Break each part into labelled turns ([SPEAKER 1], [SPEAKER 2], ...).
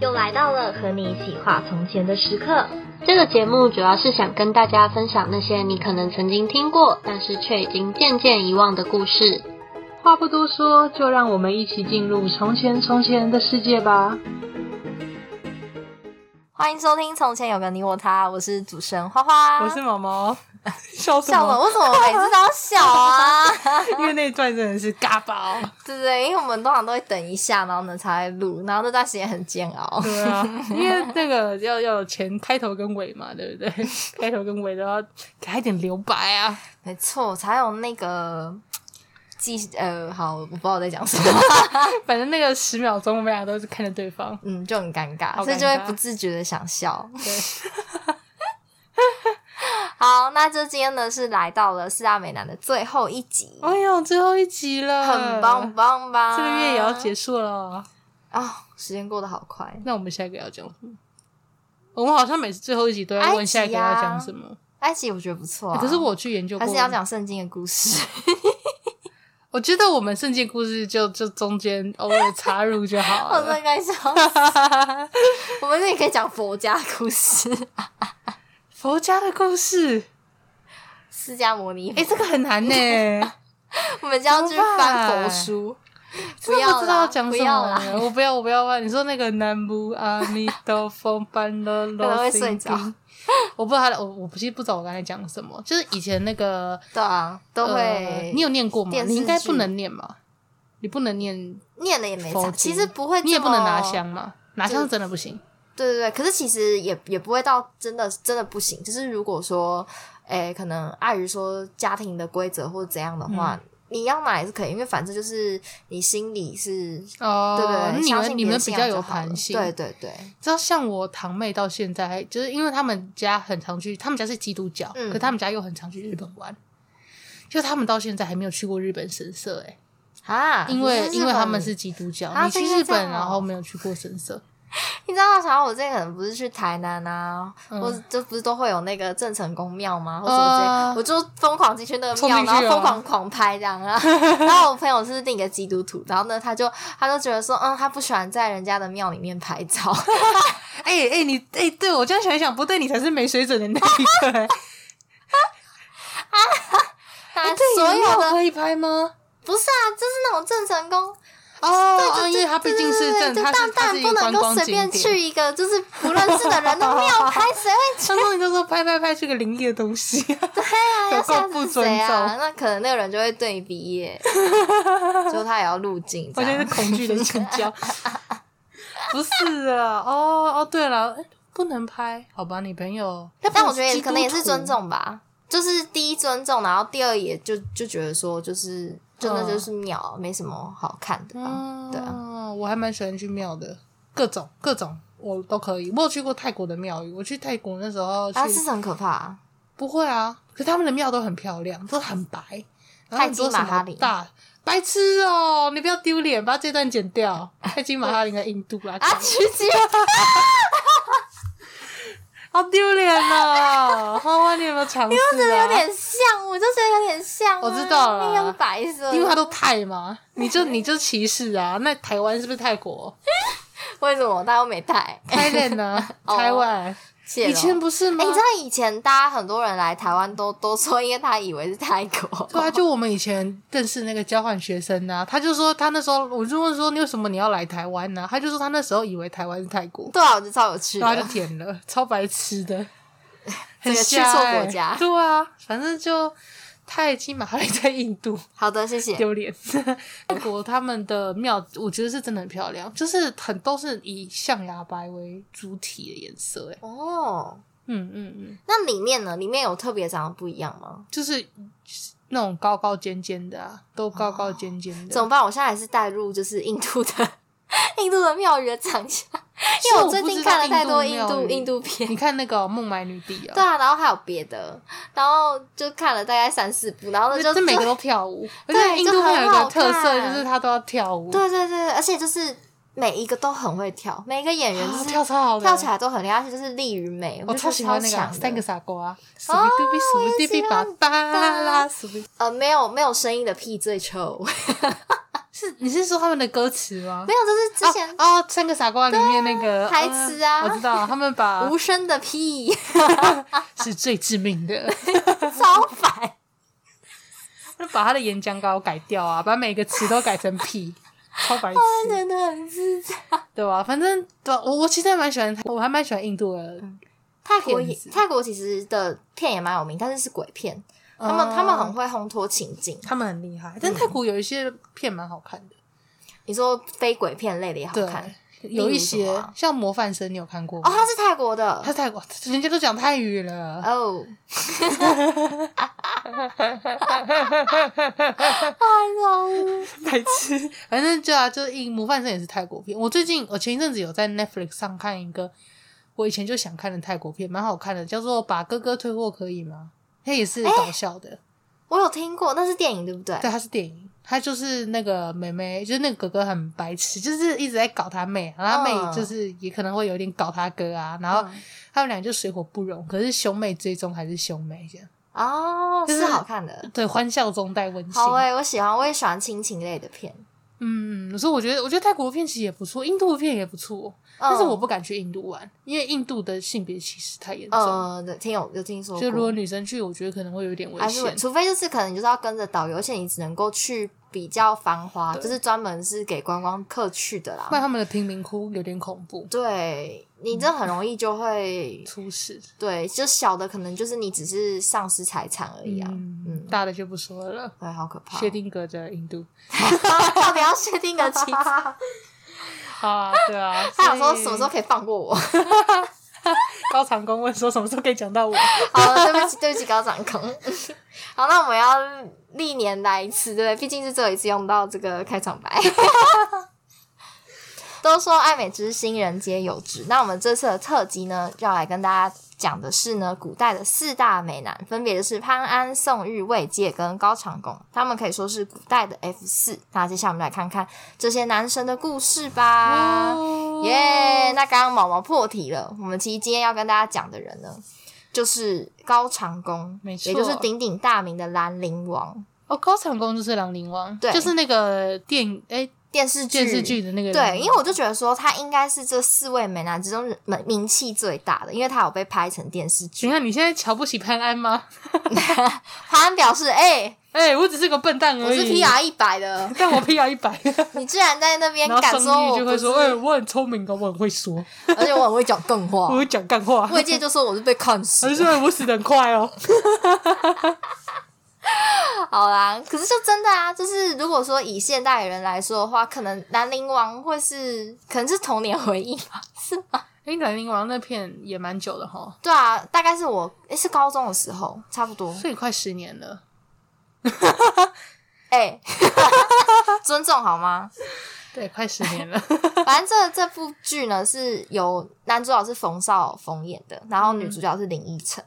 [SPEAKER 1] 又来到了和你一起画从前的时刻。
[SPEAKER 2] 这个节目主要是想跟大家分享那些你可能曾经听过，但是却已经渐渐遗忘的故事。
[SPEAKER 3] 话不多说，就让我们一起进入从前从前的世界吧。
[SPEAKER 1] 欢迎收听《从前有个你我他》，我是主持人花花，
[SPEAKER 3] 我是 毛毛，笑什
[SPEAKER 1] 啊笑
[SPEAKER 3] 么？
[SPEAKER 1] 了，为什么每次都要笑啊？
[SPEAKER 3] 因为那一段真的是嘎爆。
[SPEAKER 1] 对对，因为我们通常都会等一下，然后呢才会录，然后那段时间很煎熬。
[SPEAKER 3] 对啊，因为那个要要有前开头跟尾嘛，对 不对？开头跟尾都要给他一点留白啊。
[SPEAKER 1] 没错，才有那个记呃，好，我不知道我在讲什么，
[SPEAKER 3] 反正那个十秒钟，我们俩都是看着对方。
[SPEAKER 1] 嗯，就很尴尬，
[SPEAKER 3] 好
[SPEAKER 1] 所以
[SPEAKER 3] 尴
[SPEAKER 1] 就会
[SPEAKER 3] 尬
[SPEAKER 1] 不自觉的想笑。
[SPEAKER 3] 对，
[SPEAKER 1] 好，那这今天呢是来到了四大美男的最后一集，
[SPEAKER 3] 哎呦，最后一集了，
[SPEAKER 1] 很棒。棒吧？
[SPEAKER 3] 这个月也要结束了，
[SPEAKER 1] 啊、时间过得好快。
[SPEAKER 3] 那我们下一个要讲什么？我们好像每次最后一集都要问下一个要讲什么。
[SPEAKER 1] 埃及我觉得不错、啊
[SPEAKER 3] 欸可是我去研究过，
[SPEAKER 1] 还是要讲圣经的故事。
[SPEAKER 3] 我觉得我们圣经故事就就中间偶尔插入就 好
[SPEAKER 1] 我真
[SPEAKER 3] 了
[SPEAKER 1] 的。该笑死，我们这里可以讲佛家故事，
[SPEAKER 3] 佛家的故事，
[SPEAKER 1] 释迦牟尼佛。
[SPEAKER 3] 哎、这个很难呢、
[SPEAKER 1] 我们就要去翻
[SPEAKER 3] 怎
[SPEAKER 1] 佛
[SPEAKER 3] 么办
[SPEAKER 1] 书，不
[SPEAKER 3] 真的
[SPEAKER 1] 要
[SPEAKER 3] 不知道
[SPEAKER 1] 啦，
[SPEAKER 3] 讲
[SPEAKER 1] 不
[SPEAKER 3] 什
[SPEAKER 1] 要
[SPEAKER 3] 么
[SPEAKER 1] 啦，
[SPEAKER 3] 了。我不要，我不要问。你说那个南无阿弥陀佛，般若
[SPEAKER 1] 可能
[SPEAKER 3] 罗
[SPEAKER 1] 会
[SPEAKER 3] 僧
[SPEAKER 1] 睡着。
[SPEAKER 3] 经我不知道他的，我我不记不知道我刚才讲什么。就是以前那个
[SPEAKER 1] 对啊，都
[SPEAKER 3] 呃
[SPEAKER 1] 会。
[SPEAKER 3] 你有念过吗？
[SPEAKER 1] 电视
[SPEAKER 3] 你应该
[SPEAKER 1] 剧
[SPEAKER 3] 不能念吧？你不能念，
[SPEAKER 1] 念了也没
[SPEAKER 3] 佛
[SPEAKER 1] 差，
[SPEAKER 3] 经
[SPEAKER 1] 其实不会，
[SPEAKER 3] 你也不能拿。香嘛，拿香真的不行。
[SPEAKER 1] 对对对，可是其实也也不会到真的真的不行，就是如果说，诶，可能碍于说家庭的规则或者怎样的话。你要买也是可以，因为反正就是你心里是，
[SPEAKER 3] 哦，
[SPEAKER 1] 对对
[SPEAKER 3] 那
[SPEAKER 1] 对，
[SPEAKER 3] 你
[SPEAKER 1] 相
[SPEAKER 3] 们
[SPEAKER 1] 信
[SPEAKER 3] 你
[SPEAKER 1] 别人
[SPEAKER 3] 们
[SPEAKER 1] 信仰
[SPEAKER 3] 比较
[SPEAKER 1] 就
[SPEAKER 3] 有
[SPEAKER 1] 好了
[SPEAKER 3] 弹性，
[SPEAKER 1] 对对对，
[SPEAKER 3] 知道像我堂妹到现在，就是因为他们家很常去，他们家是基督教，
[SPEAKER 1] 嗯
[SPEAKER 3] 可他们家又很常去日本玩，就他们到现在还没有去过日本神社、欸，
[SPEAKER 1] 啊，
[SPEAKER 3] 因为
[SPEAKER 1] 可是
[SPEAKER 3] 因为他
[SPEAKER 1] 日
[SPEAKER 3] 们
[SPEAKER 1] 本
[SPEAKER 3] 是基督教，
[SPEAKER 1] 啊
[SPEAKER 3] 你去
[SPEAKER 1] 真的
[SPEAKER 3] 日
[SPEAKER 1] 这样
[SPEAKER 3] 本
[SPEAKER 1] 哦
[SPEAKER 3] 然后没有去过神社，
[SPEAKER 1] 你知道吗？想到我之前可能不是去台南啊，
[SPEAKER 3] 嗯
[SPEAKER 1] 或者就不是都会有那个郑成功庙吗？或什么之类，
[SPEAKER 3] 啊
[SPEAKER 1] 我就疯狂进去那个
[SPEAKER 3] 冲
[SPEAKER 1] 庙，
[SPEAKER 3] 进去
[SPEAKER 1] 然后疯
[SPEAKER 3] 了
[SPEAKER 1] 狂狂拍这样 啊。然后我朋友是另一个基督徒，然后呢，他就他就觉得说，嗯，他不喜欢在人家的庙里面拍 照，
[SPEAKER 3] 哎哎、你哎、对我这样想一想，不对，你才是没水准的那一 个、欸，
[SPEAKER 1] 他
[SPEAKER 3] 哎对，
[SPEAKER 1] 所
[SPEAKER 3] 你没
[SPEAKER 1] 有的
[SPEAKER 3] 可以拍吗？
[SPEAKER 1] 不是啊，就是那种郑成功，
[SPEAKER 3] 哦，
[SPEAKER 1] 对
[SPEAKER 3] 哦
[SPEAKER 1] 对
[SPEAKER 3] 因为他毕竟是
[SPEAKER 1] 对对
[SPEAKER 3] 正，
[SPEAKER 1] 对
[SPEAKER 3] 他
[SPEAKER 1] 但
[SPEAKER 3] 是他
[SPEAKER 1] 但
[SPEAKER 3] 是一
[SPEAKER 1] 不
[SPEAKER 3] 个
[SPEAKER 1] 能
[SPEAKER 3] 观
[SPEAKER 1] 够
[SPEAKER 3] 光
[SPEAKER 1] 随
[SPEAKER 3] 景
[SPEAKER 1] 便去
[SPEAKER 3] 点。
[SPEAKER 1] 一个就是不认识的人的庙拍，谁会去？
[SPEAKER 3] 他说：“你就说拍拍拍是个灵异的东西，
[SPEAKER 1] 要
[SPEAKER 3] 有
[SPEAKER 1] 吓死
[SPEAKER 3] 够不
[SPEAKER 1] 谁
[SPEAKER 3] 尊重
[SPEAKER 1] 啊？。那可能那个人就会对你毕 业，就他也要入境这
[SPEAKER 3] 我现在
[SPEAKER 1] 样
[SPEAKER 3] 是。恐惧的成交。不是啊，哦哦，对了，不能拍，好吧，你朋友，
[SPEAKER 1] 但我觉得也可能也
[SPEAKER 3] 基
[SPEAKER 1] 是
[SPEAKER 3] 督徒
[SPEAKER 1] 尊，重吧，就是第一尊重，然后第二也就就觉得说，就是真的就是鸟，没什么好看的吧。
[SPEAKER 3] 嗯，
[SPEAKER 1] 对
[SPEAKER 3] 啊，我还蛮喜欢去庙的，各种各种我都可以。我有去过泰国的庙宇，我去泰国那时候去，
[SPEAKER 1] 啊，是很可怕啊、
[SPEAKER 3] 不会啊，可是他们的庙都很漂亮，都很白，然后很多
[SPEAKER 1] 泰姬玛
[SPEAKER 3] 什
[SPEAKER 1] 哈
[SPEAKER 3] 么
[SPEAKER 1] 林
[SPEAKER 3] 大。白痴哦、你不要丢脸，把这段剪掉。泰姬玛哈林在印度啦，
[SPEAKER 1] 啊！直接
[SPEAKER 3] 好丢脸哦！花花，你有没有尝试、啊？
[SPEAKER 1] 有 点像，我就觉得有点像啊、
[SPEAKER 3] 我知道了
[SPEAKER 1] 因为是白色的，
[SPEAKER 3] 因为他都泰嘛，你就你就歧视啊？那台湾是不是泰国？
[SPEAKER 1] 为什么大家都没带？
[SPEAKER 3] 泰land 呢？
[SPEAKER 1] 哦
[SPEAKER 3] 台湾
[SPEAKER 1] 谢了
[SPEAKER 3] 以前不是吗
[SPEAKER 1] 哎、你？知道以前大家很多人来台湾都都说，因为他以为是泰国，
[SPEAKER 3] 对啊，就我们以前认识那个交换学生呐、啊，他就说他那时候，我就问说你为什么你要来台湾呢、他就说他那时候以为台湾是泰国，
[SPEAKER 1] 对啊，我觉得超有趣
[SPEAKER 3] 然后他
[SPEAKER 1] 的
[SPEAKER 3] 就。舔了，超白痴的，
[SPEAKER 1] 这
[SPEAKER 3] 很
[SPEAKER 1] 个去
[SPEAKER 3] 瞎
[SPEAKER 1] 错
[SPEAKER 3] 欸
[SPEAKER 1] 国家
[SPEAKER 3] 对啊，反正就泰姬玛哈里在印度，
[SPEAKER 1] 好的，谢谢。
[SPEAKER 3] 丢脸。 泰国他们的庙，我觉得是真的很漂亮，就是很都是以象牙白为主体的颜色、欸，哎，
[SPEAKER 1] 哦，
[SPEAKER 3] 嗯嗯嗯，
[SPEAKER 1] 那里面呢？里面有特别长得不一样吗？
[SPEAKER 3] 就是那种高高尖尖的、啊，都高高尖尖
[SPEAKER 1] 哦
[SPEAKER 3] 的，
[SPEAKER 1] 怎么办？我现在还是带入就是印度的 印度的庙宇的长相，因为我最近看了太多印
[SPEAKER 3] 其实我
[SPEAKER 1] 度
[SPEAKER 3] 不知道
[SPEAKER 1] 印
[SPEAKER 3] 印度
[SPEAKER 1] 度片
[SPEAKER 3] 你。看那个哦孟买女帝啊、
[SPEAKER 1] 对啊，然后还有别的，然后就看了大概三四部，然后呢就
[SPEAKER 3] 这每个
[SPEAKER 1] 就
[SPEAKER 3] 都跳舞，而
[SPEAKER 1] 对
[SPEAKER 3] 且印度会有一
[SPEAKER 1] 就很好
[SPEAKER 3] 个特色，
[SPEAKER 1] 看
[SPEAKER 3] 就是他都要跳舞，
[SPEAKER 1] 对啊对对，而且就是每一个都很会跳，每一个演员就
[SPEAKER 3] 啊，
[SPEAKER 1] 是
[SPEAKER 3] 跳超好的，
[SPEAKER 1] 跳起来都很厉害，而且就是力与美，
[SPEAKER 3] 我
[SPEAKER 1] 就觉
[SPEAKER 3] 超
[SPEAKER 1] 得
[SPEAKER 3] 喜欢那个啊
[SPEAKER 1] 强的哦
[SPEAKER 3] 三个傻瓜，苏比嘟比苏比嘟比巴巴啦，苏比
[SPEAKER 1] 呃没有没有声音的屁最臭，
[SPEAKER 3] 是是你是说他们的歌词吗？
[SPEAKER 1] 没有，这是之前
[SPEAKER 3] 啊，哦三个傻瓜》里面那个呃
[SPEAKER 1] 台词啊
[SPEAKER 3] 我知道，他们把
[SPEAKER 1] 无声的 屁，
[SPEAKER 3] 是最致命的，
[SPEAKER 1] 超烦。
[SPEAKER 3] 他把他的演讲稿改掉啊，把每个词都改成屁， 超白痴，
[SPEAKER 1] 哦真的很自在。
[SPEAKER 3] 对吧？反正对吧我我其实还蛮喜欢，我还蛮喜欢印度的，
[SPEAKER 1] 嗯泰国
[SPEAKER 3] 骗
[SPEAKER 1] 也
[SPEAKER 3] 子
[SPEAKER 1] 泰国其实的片也蛮有名，但是是鬼片，他们、他们很嗯
[SPEAKER 3] 哦
[SPEAKER 1] 会烘托情境。
[SPEAKER 3] 他们很厉害，但泰国有一些片蛮好看的，
[SPEAKER 1] 你说非鬼片类的也好
[SPEAKER 3] 对
[SPEAKER 1] 看，
[SPEAKER 3] 有一
[SPEAKER 1] 例如什么
[SPEAKER 3] 些
[SPEAKER 1] 啊
[SPEAKER 3] 像《模范生》，你有看过吗？
[SPEAKER 1] 哦，他是泰国的
[SPEAKER 3] 他泰国，人家都讲泰语了。
[SPEAKER 1] 哦， 哎呦，
[SPEAKER 3] 白痴。反正对啊，就是一模范生也是泰国片。我最近我呃前一阵子有在 Netflix 上看一个我以前就想看的泰国片，蛮好看的，叫做《把哥哥推货可以吗》。它也是搞笑的，
[SPEAKER 1] 我有听过，那是电影对不对？哦
[SPEAKER 3] 对，它是电影。它就是那个妹妹，就是那个哥哥很白痴，就是一直在搞他妹，啊然后他
[SPEAKER 1] 嗯
[SPEAKER 3] 妹就是也可能会有点搞他哥啊，然后
[SPEAKER 1] 嗯
[SPEAKER 3] 他们俩就水火不容，可是兄妹最终还是兄妹这样，
[SPEAKER 1] 哦，
[SPEAKER 3] 就是
[SPEAKER 1] 是好看的。
[SPEAKER 3] 对，欢笑中带温馨。
[SPEAKER 1] 好欸诶、我喜欢，我也喜欢亲情类的片。
[SPEAKER 3] 嗯，所以我觉得，我觉得泰国片其实也不错，印度片也不错，但是
[SPEAKER 1] 嗯
[SPEAKER 3] 我不敢去印度玩，因为印度的性别歧视太严重。
[SPEAKER 1] 呃，对，听有有听说过，
[SPEAKER 3] 就如果女生去，我觉得可能会有点危
[SPEAKER 1] 还是会
[SPEAKER 3] 险。
[SPEAKER 1] 除非就是可能就是要跟着导游，而且你只能够去比较繁华，
[SPEAKER 3] 对
[SPEAKER 1] 就是专门是给观光客去的
[SPEAKER 3] 不
[SPEAKER 1] 啦。
[SPEAKER 3] 然他们的贫民窟有点恐怖，
[SPEAKER 1] 对你这很容易就会、
[SPEAKER 3] 出事。
[SPEAKER 1] 对，就小的可能就是你只是丧失财产而已啊，嗯
[SPEAKER 3] 嗯，，大的就不说了。
[SPEAKER 1] 对，好可怕哦。
[SPEAKER 3] 薛定谔的印度
[SPEAKER 1] 到底要确定个期次？
[SPEAKER 3] 啊，对啊，
[SPEAKER 1] 他想说什么时候
[SPEAKER 3] 所
[SPEAKER 1] 可以放过我？
[SPEAKER 3] 以高长恭问说什么时候可以讲到我？
[SPEAKER 1] 好了，对不起，对不起，高长空。 好，那我们要历年来一次，对不对？毕竟是只有一次用到这个开场白。 都说爱美之心，人皆有之。那我们这次的特辑呢，就要来跟大家讲的是呢，古代的四大美男，分别就是潘安、宋玉、卫玠跟高长恭，他们可以说是古代的 F 四。那接下来我们来看看这些男神的故事吧。啊耶、那刚刚毛毛破题了，我们其实今天要跟大家讲的人呢，就是高长恭，
[SPEAKER 3] 没错
[SPEAKER 1] 也就是鼎鼎大名的兰陵王
[SPEAKER 3] 哦，高长恭就是狼灵王，
[SPEAKER 1] 对
[SPEAKER 3] 就是那个电哎
[SPEAKER 1] 电视剧。
[SPEAKER 3] 电视剧的那个人。
[SPEAKER 1] 对，因为我就觉得说他应该是这四位美男之中人名名气最大的，因为他有被拍成电视
[SPEAKER 3] 你
[SPEAKER 1] 剧。
[SPEAKER 3] 看你现在瞧不起潘安吗？
[SPEAKER 1] 潘安表示：“哎、
[SPEAKER 3] 哎、我只是个笨蛋而已。
[SPEAKER 1] 我是 PR 一百的，
[SPEAKER 3] 但我 PR 一百，
[SPEAKER 1] 你居然在那边
[SPEAKER 3] 然后
[SPEAKER 1] 敢
[SPEAKER 3] 上
[SPEAKER 1] 说
[SPEAKER 3] 帝
[SPEAKER 1] 我
[SPEAKER 3] 就
[SPEAKER 1] 不
[SPEAKER 3] 会
[SPEAKER 1] 是，
[SPEAKER 3] 说，哎、我很聪明的，我很会说，
[SPEAKER 1] 而且我很会讲更话
[SPEAKER 3] 我。会讲干话，
[SPEAKER 1] 卫界就说我是被看死
[SPEAKER 3] 而
[SPEAKER 1] 的
[SPEAKER 3] 且我死的很快 哦。
[SPEAKER 1] 好啦，可是就真的啊，就是如果说以现代人来说的话，可能兰陵王会是可能是童年回忆吧，是吗？
[SPEAKER 3] 哎、兰陵王那片也蛮久的哈，
[SPEAKER 1] 对啊，大概是我诶是高中的时候，差不多。
[SPEAKER 3] 所以快十年了。
[SPEAKER 1] 哎、 尊重好吗？
[SPEAKER 3] 对，快十年 了。
[SPEAKER 1] 反正这这部剧呢是由男主角是冯绍峰演的，然后女主角是林依晨。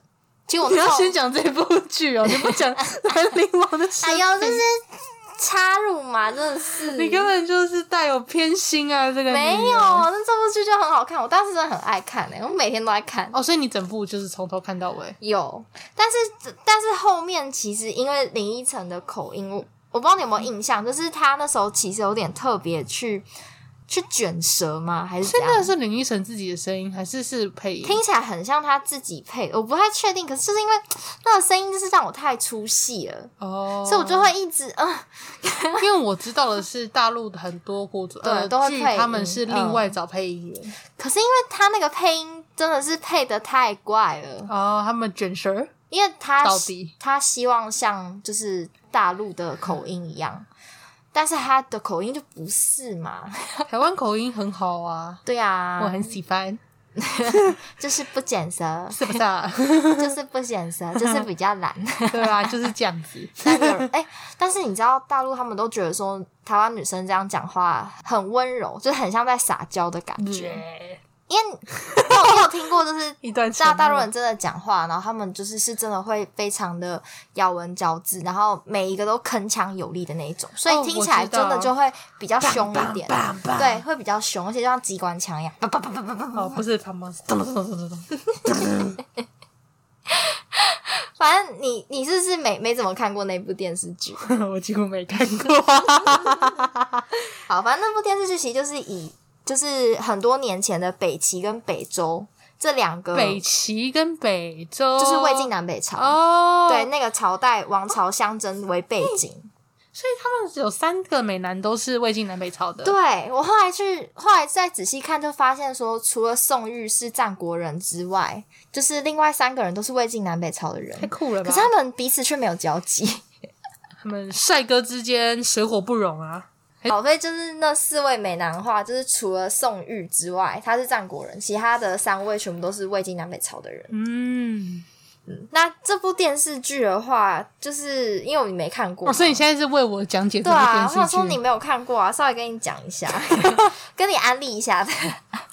[SPEAKER 1] 其实我
[SPEAKER 3] 你
[SPEAKER 1] 那时
[SPEAKER 3] 要
[SPEAKER 1] 候
[SPEAKER 3] 先讲这部 剧哦，你不讲兰陵王的事，
[SPEAKER 1] 哎呦，就是插入嘛，真的是
[SPEAKER 3] 你根本就是带有偏心啊！这个女
[SPEAKER 1] 没
[SPEAKER 3] 人
[SPEAKER 1] 有。那这部剧就很好看，我当时真的很爱看哎、我每天都在看。
[SPEAKER 3] 哦，所以你整部就是从头看到尾。
[SPEAKER 1] 有，但是但是后面其实因为林依晨的口音，我我不知道你有没有印象，就是她那时候其实有点特别去去卷舌吗？还是怎
[SPEAKER 3] 所以那
[SPEAKER 1] 样？
[SPEAKER 3] 是林依晨自己的声音，还是是配音？
[SPEAKER 1] 听起来很像她自己配，我不太确定。可是就是因为那个声音就是让我太出戏了，
[SPEAKER 3] 哦，
[SPEAKER 1] 所以我就会一直嗯、
[SPEAKER 3] 因为我知道的是，大陆的很多国主
[SPEAKER 1] 对
[SPEAKER 3] 呃
[SPEAKER 1] 都会
[SPEAKER 3] 剧，
[SPEAKER 1] 配
[SPEAKER 3] 他们
[SPEAKER 1] 音
[SPEAKER 3] 是
[SPEAKER 1] 嗯
[SPEAKER 3] 另外找配音员。
[SPEAKER 1] 可是因为她那个配音真的是配的太怪了，
[SPEAKER 3] 哦，他们卷舌儿
[SPEAKER 1] 因为她
[SPEAKER 3] 到底
[SPEAKER 1] 她希望像就是大陆的口音一样，但是她的口音就不是嘛。
[SPEAKER 3] 台湾口音很好啊，
[SPEAKER 1] 对啊，
[SPEAKER 3] 我很喜欢，
[SPEAKER 1] 就是不 剪舌，
[SPEAKER 3] 是不 是啊？
[SPEAKER 1] 就是不剪舌，就是比较 懒。
[SPEAKER 3] 对啊，就是这样子。
[SPEAKER 1] 但有人哎、但是你知道大陆他们都觉得说台湾女生这样讲话很温柔，就很像在撒娇的感觉。因为你有你有听过，就是
[SPEAKER 3] 一段
[SPEAKER 1] 大大陆
[SPEAKER 3] 沉默
[SPEAKER 1] 人真的讲话，然后他们就是是真的会非常的咬文嚼字，然后每一个都铿锵有力的那一种，所以
[SPEAKER 3] 哦
[SPEAKER 1] 听
[SPEAKER 3] 我
[SPEAKER 1] 起来
[SPEAKER 3] 知道
[SPEAKER 1] 真的就会比较凶一点，
[SPEAKER 3] 棒棒
[SPEAKER 1] 对，会比较凶，而且就像机关枪一样，叭叭叭
[SPEAKER 3] 嗯
[SPEAKER 1] 叭叭叭叭
[SPEAKER 3] 哦，不是他们，咚咚咚咚咚咚。
[SPEAKER 1] 反正你你是不是没没怎么看过那部电视剧？
[SPEAKER 3] 我几乎没看过。
[SPEAKER 1] 好，反正那部电视剧其实就是以就是很多年前的北齐跟北周这两个，
[SPEAKER 3] 北齐跟北周
[SPEAKER 1] 就是魏晋南北朝，
[SPEAKER 3] 哦，
[SPEAKER 1] 对，那个朝代王朝相争为背景。
[SPEAKER 3] 所以他们有三个美男都是魏晋南北朝的。
[SPEAKER 1] 对我后来去，后来再仔细看，就发现说，除了宋玉是战国人之外，就是另外三个人都是魏晋南北朝的人
[SPEAKER 3] 太，酷了吧！
[SPEAKER 1] 可是他们彼此却没有交集。
[SPEAKER 3] 他们帅哥之间水火不容啊。
[SPEAKER 1] 好，所以就是那四位美男的话，就是除了宋玉之外，他是战国人，其他的三位全部都是魏晋南北朝的人。
[SPEAKER 3] 嗯，
[SPEAKER 1] 那这部电视剧的话，就是因为我没看过嘛、
[SPEAKER 3] 哦，所以你现在是为我讲解这
[SPEAKER 1] 对
[SPEAKER 3] 部
[SPEAKER 1] 啊，
[SPEAKER 3] 电
[SPEAKER 1] 我
[SPEAKER 3] 视
[SPEAKER 1] 想
[SPEAKER 3] 剧？
[SPEAKER 1] 说你没有看过啊，稍微跟你讲一下，跟你安利一下的，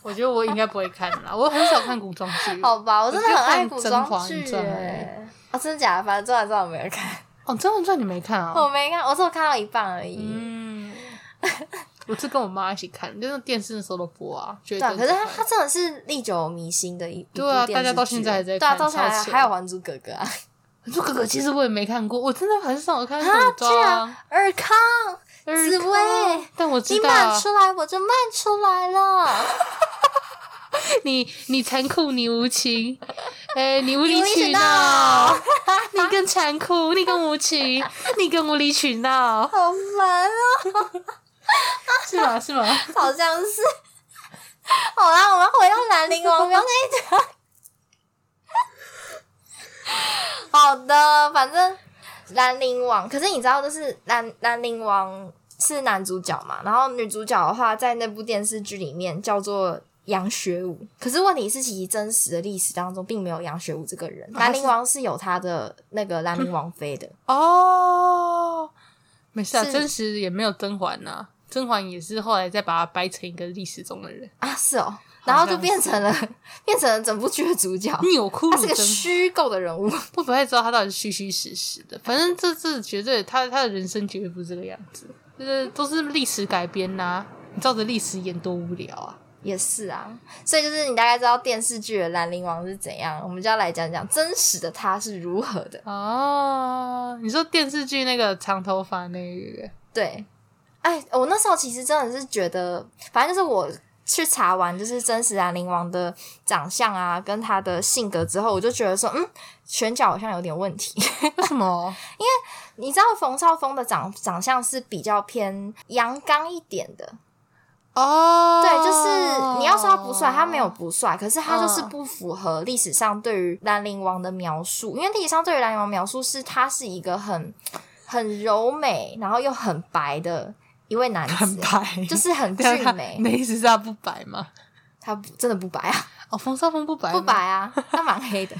[SPEAKER 3] 我觉得我应该不会看啦，我很少看古装 剧。
[SPEAKER 1] 好吧？我真的很爱古
[SPEAKER 3] 我就
[SPEAKER 1] 装
[SPEAKER 3] 看
[SPEAKER 1] 剧
[SPEAKER 3] 甄嬛传
[SPEAKER 1] 耶。啊、真的假的？反正《甄嬛传》我没有看，
[SPEAKER 3] 哦，《甄嬛传》你没看啊、
[SPEAKER 1] 我没看，我只有看到一半而已。
[SPEAKER 3] 嗯，我是跟我妈一起看，就是电视的时候都播啊，觉
[SPEAKER 1] 对
[SPEAKER 3] 得
[SPEAKER 1] 啊，可是它它真的是历久弥新的一一
[SPEAKER 3] 对啊
[SPEAKER 1] 部电视剧
[SPEAKER 3] 大家到现在还在
[SPEAKER 1] 对啊，
[SPEAKER 3] 看
[SPEAKER 1] 到现在
[SPEAKER 3] 超
[SPEAKER 1] 还
[SPEAKER 3] 扯
[SPEAKER 1] 还有《还珠格格》啊，
[SPEAKER 3] 说哥哥，其实我也没看过，我真的很少看古
[SPEAKER 1] 居
[SPEAKER 3] 装
[SPEAKER 1] 然
[SPEAKER 3] 啊。
[SPEAKER 1] 尔康，
[SPEAKER 3] 尔
[SPEAKER 1] 紫
[SPEAKER 3] 康
[SPEAKER 1] 薇
[SPEAKER 3] 但我
[SPEAKER 1] 你
[SPEAKER 3] 知道啊
[SPEAKER 1] 慢出来我就慢出来了，
[SPEAKER 3] 你你残酷，你无情，哎、你无理
[SPEAKER 1] 无理取
[SPEAKER 3] 取
[SPEAKER 1] 闹
[SPEAKER 3] 闹，你更残酷，你更无情，你更无理取 闹，
[SPEAKER 1] 好烦哦。
[SPEAKER 3] 是吗？是吗？
[SPEAKER 1] 好像是。 好啦，我们回到兰陵王庙那一讲。好的，反正兰陵王，可是你知道，就是兰兰陵王是男主角嘛，然后女主角的话，在那部电视剧里面叫做。杨学武，可是问题是，其实真实的历史当中并没有杨学武这个人。兰陵王是有他的那个兰陵王妃的，
[SPEAKER 3] 哦，没事啊，
[SPEAKER 1] 是
[SPEAKER 3] 真实也没有甄嬛呐、甄嬛也是后来再把它掰成一个历史中的人，
[SPEAKER 1] 啊，是哦，然后就
[SPEAKER 3] 像
[SPEAKER 1] 变
[SPEAKER 3] 是
[SPEAKER 1] 成了啊哦变成了整部剧的主角，
[SPEAKER 3] 钮祜
[SPEAKER 1] 他
[SPEAKER 3] 禄
[SPEAKER 1] 是个
[SPEAKER 3] 甄嬛。
[SPEAKER 1] 虚构的人物。
[SPEAKER 3] 我不太知道他到底是虚虚实实的，反正这次绝对他他的人生绝对不是这个样子，就是都是历史改编呐、你照着历史演多无聊啊！
[SPEAKER 1] 也是啊，所以就是你大概知道电视剧的兰陵王是怎样，我们就要来讲讲真实的他是如何的。
[SPEAKER 3] 哦，你说电视剧那个长头发那个，
[SPEAKER 1] 对，哎，我那时候其实真的是觉得，反正就是我去查完就是真实兰陵王的长相啊，跟他的性格之后，我就觉得说，嗯，选角好像有点问题。
[SPEAKER 3] 为什么？
[SPEAKER 1] 你知道冯绍峰的长长相是比较偏阳刚一点的，
[SPEAKER 3] 哦，嗯
[SPEAKER 1] 对，就是你要说他不帅，他没有不帅，可是他就是不符合历史上对于兰陵王的描述，因为历史上对于兰陵王描述是他是一个很很柔美，然后又很白的一位男
[SPEAKER 3] 很
[SPEAKER 1] 子，
[SPEAKER 3] 白，
[SPEAKER 1] 就是很
[SPEAKER 3] 对啊
[SPEAKER 1] 俊
[SPEAKER 3] 他
[SPEAKER 1] 美
[SPEAKER 3] 你。的意思是他不白吗？
[SPEAKER 1] 他不真的不白啊，
[SPEAKER 3] 哦，冯绍峰不白，
[SPEAKER 1] 不白，啊，他蛮黑的。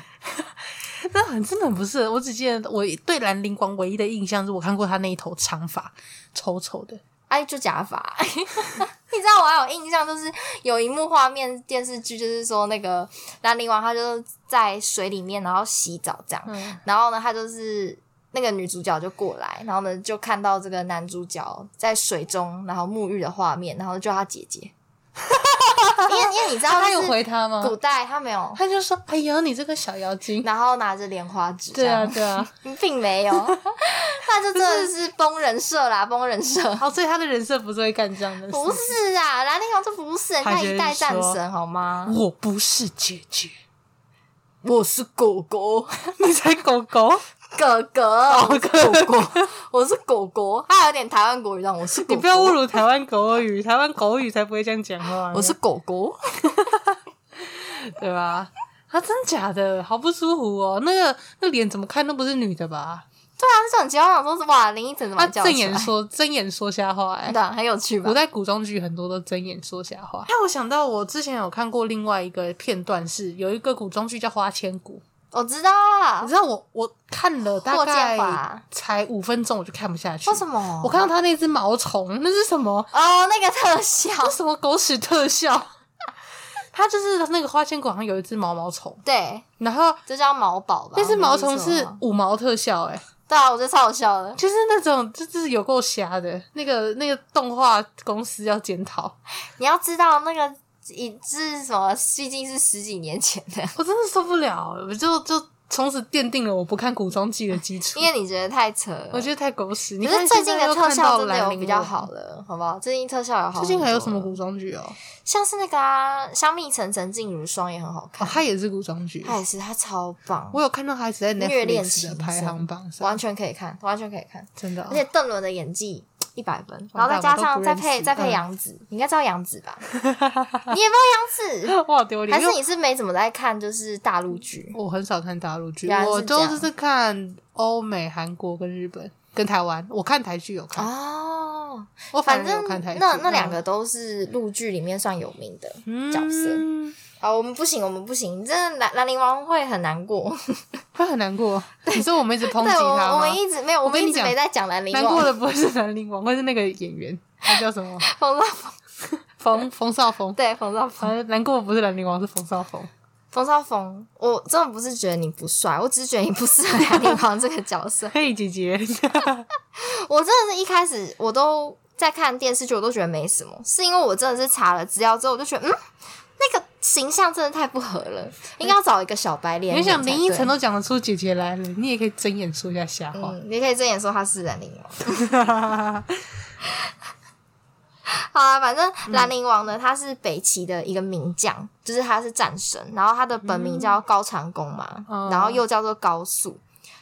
[SPEAKER 3] 那很真的很不是。我只记得我对兰陵王唯一的印象是我看过他那一头长发，丑丑的。
[SPEAKER 1] 哎，就假发。 你知道我还有印象，就是有一幕画面电视剧，就是说那个兰陵王他就是在水里面，然后洗澡这样，
[SPEAKER 3] 嗯，
[SPEAKER 1] 然后呢，他就是那个女主角就过来，然后呢就看到这个男主角在水中然后沐浴的画面，然后就叫他姐姐。因为因为你知道
[SPEAKER 3] 啊他
[SPEAKER 1] 就
[SPEAKER 3] 有
[SPEAKER 1] 是
[SPEAKER 3] 回他吗？
[SPEAKER 1] 古代他没有，
[SPEAKER 3] 他就说：“哎呦，你这个小妖精。
[SPEAKER 1] 然后拿着莲花”指，
[SPEAKER 3] 对啊，，对啊。
[SPEAKER 1] 并没有， 那就真的是崩人设啦，崩人设。
[SPEAKER 3] 哦，所以他的人设不是会干这样的事。
[SPEAKER 1] 不是啊，兰陵王这不是人
[SPEAKER 3] 他
[SPEAKER 1] 家
[SPEAKER 3] 就是
[SPEAKER 1] 一代战
[SPEAKER 3] 说
[SPEAKER 1] 神好吗？
[SPEAKER 3] 我不是姐姐，
[SPEAKER 1] 我是狗狗，
[SPEAKER 3] 你才狗狗。
[SPEAKER 1] 哥哦哥，我是狗 狗，我是狗狗，他有点台湾国语让我是狗狗，
[SPEAKER 3] 你不要侮辱台湾狗语，台湾狗语才不会这样讲话。
[SPEAKER 1] 我是狗狗。
[SPEAKER 3] 对吧？啊，真假的，好不舒服哦。那个那脸怎么看都不是女的吧？
[SPEAKER 1] 对啊，这种情况想说，哇，林依晨怎么
[SPEAKER 3] 他
[SPEAKER 1] 叫出来
[SPEAKER 3] 睁眼说睁眼说瞎话、哎
[SPEAKER 1] 对啊，很有趣吧
[SPEAKER 3] 古？代古装剧很多都睁眼说瞎话。让我想到我之前有看过另外一个片段是，有一个古装剧叫《花千骨》，
[SPEAKER 1] 我知道啊
[SPEAKER 3] 你，知道我我看了大
[SPEAKER 1] 霍建
[SPEAKER 3] 概
[SPEAKER 1] 华
[SPEAKER 3] 才五分钟我就看不下去。
[SPEAKER 1] 为什？么？
[SPEAKER 3] 我看到他那只毛虫， 那是什么？
[SPEAKER 1] 哦，那个特效，
[SPEAKER 3] 那什么狗屎特效？ 他就是那个花千骨，好像有一只毛毛虫，哦
[SPEAKER 1] 对，
[SPEAKER 3] 然后
[SPEAKER 1] 这叫毛宝吧？
[SPEAKER 3] 那只毛虫
[SPEAKER 1] 没记
[SPEAKER 3] 是
[SPEAKER 1] 错吗
[SPEAKER 3] 五毛特效、哎。
[SPEAKER 1] 对啊，我觉得超好笑的。
[SPEAKER 3] 就是那种就是有够瞎的，那个那个动画公司要检 讨，
[SPEAKER 1] 你要知道那个。一是什么？毕竟是十几年前的，
[SPEAKER 3] 我真的受不了，我就就从此奠定了我不看古装剧的基 础
[SPEAKER 1] 因。为你觉得太扯了。
[SPEAKER 3] 我觉得太狗屎！你
[SPEAKER 1] 可
[SPEAKER 3] 看
[SPEAKER 1] 是最
[SPEAKER 3] 现
[SPEAKER 1] 近
[SPEAKER 3] 在
[SPEAKER 1] 的
[SPEAKER 3] 又
[SPEAKER 1] 特
[SPEAKER 3] 看到
[SPEAKER 1] 效真的
[SPEAKER 3] 兰
[SPEAKER 1] 有
[SPEAKER 3] 陵
[SPEAKER 1] 比较
[SPEAKER 3] 王
[SPEAKER 1] 好了，好不好？最近特效有好。
[SPEAKER 3] 最近还有什么古？装剧哦？
[SPEAKER 1] 像是那个啊，《香蜜沉沉烬如霜》也很好
[SPEAKER 3] 哦，
[SPEAKER 1] 看，
[SPEAKER 3] 它也是古装剧。
[SPEAKER 1] 它也是它超棒，
[SPEAKER 3] 我有看到它一直在
[SPEAKER 1] 虐恋
[SPEAKER 3] Netflix 的
[SPEAKER 1] 情
[SPEAKER 3] 排
[SPEAKER 1] 深
[SPEAKER 3] 行榜上
[SPEAKER 1] 完，全可以看，完全可以看。
[SPEAKER 3] 真的哦
[SPEAKER 1] 而且邓伦的演技一百分，然
[SPEAKER 3] 完
[SPEAKER 1] 后再
[SPEAKER 3] 蛋
[SPEAKER 1] 加
[SPEAKER 3] 我都
[SPEAKER 1] 上
[SPEAKER 3] 不
[SPEAKER 1] 再
[SPEAKER 3] 认识
[SPEAKER 1] 配再
[SPEAKER 3] 嗯
[SPEAKER 1] 配杨紫，你应该知道杨紫 吧？你也不知道杨紫，
[SPEAKER 3] 我好丢脸，
[SPEAKER 1] 还是
[SPEAKER 3] 因为
[SPEAKER 1] 你是没怎么在看就是大陆剧？
[SPEAKER 3] 我很少看大陆剧，
[SPEAKER 1] 原来是
[SPEAKER 3] 我
[SPEAKER 1] 这
[SPEAKER 3] 都
[SPEAKER 1] 样
[SPEAKER 3] 是看欧美、韩国跟日本跟台湾。我看台剧有看，
[SPEAKER 1] 哦，
[SPEAKER 3] 我
[SPEAKER 1] 反
[SPEAKER 3] 而有
[SPEAKER 1] 正
[SPEAKER 3] 看台剧。
[SPEAKER 1] 那那两个都是陆剧里面算有名的。
[SPEAKER 3] 嗯
[SPEAKER 1] 角色好，我们不行，我们不行，真的兰兰陵王会很难过。
[SPEAKER 3] 会很难过。你说我们一直抨击
[SPEAKER 1] 对，我
[SPEAKER 3] 他
[SPEAKER 1] 我
[SPEAKER 3] 吗
[SPEAKER 1] 们？一直没有，我
[SPEAKER 3] 我
[SPEAKER 1] 们
[SPEAKER 3] 跟你
[SPEAKER 1] 一直
[SPEAKER 3] 讲
[SPEAKER 1] 没在讲兰陵
[SPEAKER 3] 难过
[SPEAKER 1] 王。
[SPEAKER 3] 的不会是兰陵王，会是那个演员，他叫 什么？
[SPEAKER 1] 冯绍
[SPEAKER 3] 冯冯绍峰。
[SPEAKER 1] 对冯绍峰，
[SPEAKER 3] 啊，难过的不是兰陵王，是冯绍峰。
[SPEAKER 1] 冯绍峰，我真的不是觉得你不帅，我只是觉得你不适合兰陵王这个角色。
[SPEAKER 3] 嘿，姐 姐，
[SPEAKER 1] 我真的是一开始我都在看电视剧，我都觉得没什么，是因为我真的是查了资料之后，我就觉得嗯，那个形象真的太不合了，应该要找一个小白脸
[SPEAKER 3] 你
[SPEAKER 1] 演才对。
[SPEAKER 3] 想林依晨都讲得出姐姐来了，你也可以睁眼说一下瞎话。
[SPEAKER 1] 嗯，你可以睁眼说他是兰陵王。好啊，反正兰
[SPEAKER 3] 嗯
[SPEAKER 1] 陵王呢，他是北齐的一个名将，就是他是战神，然后他的本名叫高长恭嘛，
[SPEAKER 3] 嗯
[SPEAKER 1] 然后又叫做高肃，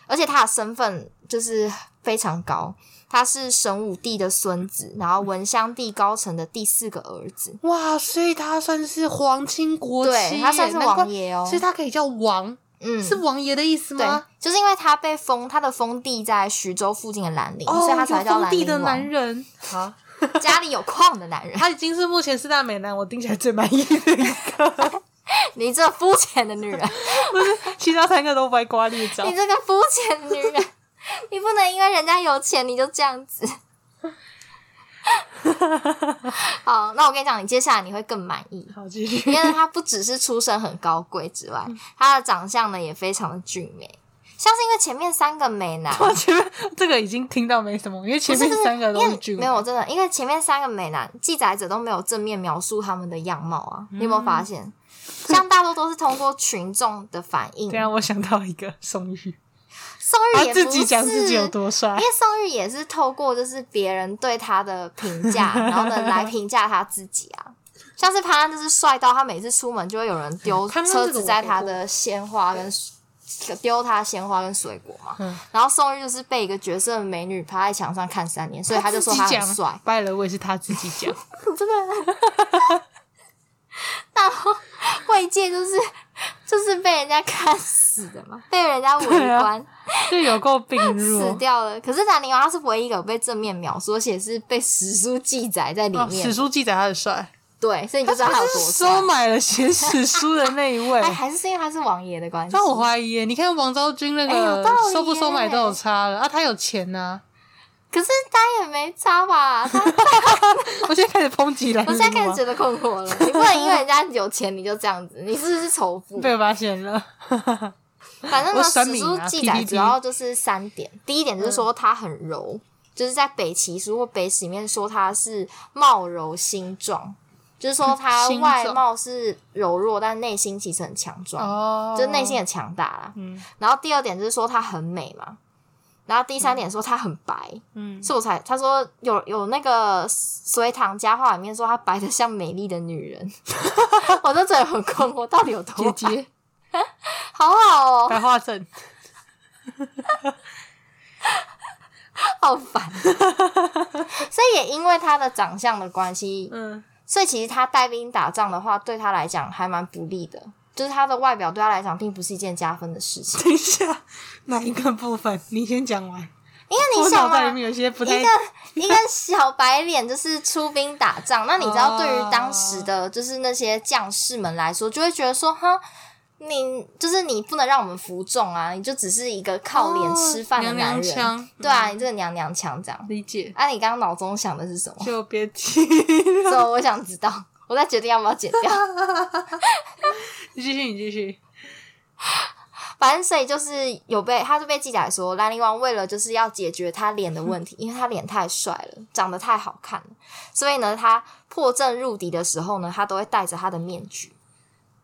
[SPEAKER 1] 而且他的身份就是非常高，他是神武帝的孙子，然后文襄帝高澄的第四个儿子，
[SPEAKER 3] 哇，所以他算是皇亲国戚耶，
[SPEAKER 1] 对他算是
[SPEAKER 3] 难怪
[SPEAKER 1] 王爷哦
[SPEAKER 3] 所以他可以叫王，
[SPEAKER 1] 嗯，
[SPEAKER 3] 是王爷的意思
[SPEAKER 1] 对
[SPEAKER 3] 吗？，
[SPEAKER 1] 就是因为他被封，他的封地在徐州附近的兰陵，
[SPEAKER 3] 哦，
[SPEAKER 1] 所以他才会
[SPEAKER 3] 有
[SPEAKER 1] 叫
[SPEAKER 3] 封
[SPEAKER 1] 兰
[SPEAKER 3] 地的
[SPEAKER 1] 陵
[SPEAKER 3] 男
[SPEAKER 1] 王。
[SPEAKER 3] 人，
[SPEAKER 1] 好，家里有矿的男人。
[SPEAKER 3] 他已经是目前四大美男我听起来最满意的一个，
[SPEAKER 1] 你这肤浅的女人，
[SPEAKER 3] 不是其他三个都歪瓜裂 枣
[SPEAKER 1] 你。这个肤浅的女 人，你不能因为人家有钱你就这样子。好，那我跟你讲，你接下来你会更满意，
[SPEAKER 3] 好，继续。
[SPEAKER 1] 因为他不只是出身很高贵之外，
[SPEAKER 3] 嗯
[SPEAKER 1] 他的长相呢也非常的俊美。像是因为前面三个美男，
[SPEAKER 3] 我前面这个已经听到没什么，因为前
[SPEAKER 1] 不是
[SPEAKER 3] 面
[SPEAKER 1] 不是
[SPEAKER 3] 三个都
[SPEAKER 1] 因
[SPEAKER 3] 是
[SPEAKER 1] 为
[SPEAKER 3] 剧，
[SPEAKER 1] 没有真的，因为前面三个美男记载者都没有正面描述他们的样貌啊，
[SPEAKER 3] 嗯
[SPEAKER 1] 你有没有发现？像大多都是通过群众的反应
[SPEAKER 3] 等一，下我想到一个宋 玉，
[SPEAKER 1] 宋日
[SPEAKER 3] 啊他
[SPEAKER 1] 也不
[SPEAKER 3] 自己讲自己有
[SPEAKER 1] 是
[SPEAKER 3] 多帅
[SPEAKER 1] 因，为宋玉也是透过就是别人对他的评价，然后呢来评价他自己啊。像是潘安就是帅到他每次出门就会有人丢
[SPEAKER 3] 嗯潘安这个我
[SPEAKER 1] 车子在他的鲜花跟丢他鲜花跟水果嘛。
[SPEAKER 3] 嗯
[SPEAKER 1] 然后宋玉就是被一个绝色的美女趴在墙上看三年，所以他就说
[SPEAKER 3] 自己
[SPEAKER 1] 很
[SPEAKER 3] 讲
[SPEAKER 1] 帅。，
[SPEAKER 3] 拜了我也是他自己讲，
[SPEAKER 1] 真的。然后卫界就是就是被人家看死的嘛，被人家围
[SPEAKER 3] 对啊嗯
[SPEAKER 1] 观。
[SPEAKER 3] 就有够病
[SPEAKER 1] 死
[SPEAKER 3] 弱。
[SPEAKER 1] 掉了。可是兰陵王他是唯一一个有被正面描述，而且是被史书记载在里
[SPEAKER 3] 哦，
[SPEAKER 1] 面。
[SPEAKER 3] 史书记载他的帅，
[SPEAKER 1] 对，所以你就知道他
[SPEAKER 3] 他
[SPEAKER 1] 有
[SPEAKER 3] 是
[SPEAKER 1] 多
[SPEAKER 3] 收
[SPEAKER 1] 帅。
[SPEAKER 3] 买了写史书的那一 位
[SPEAKER 1] 哎，。还是因为他是王爷的关系。
[SPEAKER 3] 但我怀疑耶，你看王昭君那
[SPEAKER 1] 哎有
[SPEAKER 3] 个
[SPEAKER 1] 道理耶
[SPEAKER 3] 收不收买都有差了啊，他有钱呐、
[SPEAKER 1] 可是他也没差吧？ 他
[SPEAKER 3] 我现在开始抨击兰陵
[SPEAKER 1] 我现在开始
[SPEAKER 3] 王，
[SPEAKER 1] 觉得困惑 了。你不能因为人家有钱你就这样子，你是不是仇富？
[SPEAKER 3] 被我发现了。
[SPEAKER 1] 反正
[SPEAKER 3] 我
[SPEAKER 1] 呢，
[SPEAKER 3] 神
[SPEAKER 1] 史
[SPEAKER 3] 明
[SPEAKER 1] 书
[SPEAKER 3] 啊
[SPEAKER 1] 记载
[SPEAKER 3] PPT
[SPEAKER 1] 主要就是三点。第一点就是说他很柔，就是在北齐书或北史里面说他是貌柔心壮，就是说他
[SPEAKER 3] 心
[SPEAKER 1] 外
[SPEAKER 3] 壮
[SPEAKER 1] 貌是柔弱，但内心其实很强壮。
[SPEAKER 3] 哦，
[SPEAKER 1] 就内心很强大啦。
[SPEAKER 3] 嗯
[SPEAKER 1] 然后第二点就是说她很美嘛，然后第三点说她很白，
[SPEAKER 3] 嗯，
[SPEAKER 1] 所以我才他说有有那个隋唐佳话里面说她白的像美丽的女人， 我都觉得很困惑，到底有多
[SPEAKER 3] 姐
[SPEAKER 1] 白？
[SPEAKER 3] 姐
[SPEAKER 1] 好好哦，
[SPEAKER 3] 白化症，
[SPEAKER 1] 好烦。所以也因为她的长相的关系，
[SPEAKER 3] 嗯，
[SPEAKER 1] 所以其实她带兵打仗的话，对她来讲还蛮不利的。就是她的外表对她来讲，并不是一件加分的事情。
[SPEAKER 3] 等一下，哪一个部分？你先讲完。
[SPEAKER 1] 因为
[SPEAKER 3] 我
[SPEAKER 1] 你
[SPEAKER 3] 脑
[SPEAKER 1] 想嘛
[SPEAKER 3] 袋，里面有些不太
[SPEAKER 1] 一个一个小白脸就是出兵打仗，那你知
[SPEAKER 3] 哦
[SPEAKER 1] 道对于当时的就是那些将士们来说，就会觉得说，哈，你就是你不能让我们服众啊，你就只是一个靠脸吃饭的
[SPEAKER 3] 哦
[SPEAKER 1] 男人，
[SPEAKER 3] 娘娘腔
[SPEAKER 1] 对啊，你这个娘娘腔这样。
[SPEAKER 3] 理解，
[SPEAKER 1] 啊，你刚刚脑中想的是什 么？
[SPEAKER 3] 就别提。
[SPEAKER 1] 所以我想知道，我在决定要不要剪掉。
[SPEAKER 3] 你继续，你继续。
[SPEAKER 1] 反正所以就是有被，他就被记载说，兰陵王为了就是要解决他脸的 问题，因为他脸太帅了，长得太好看了，所以呢，他破阵入敌的时候呢，他都会戴着他的面具，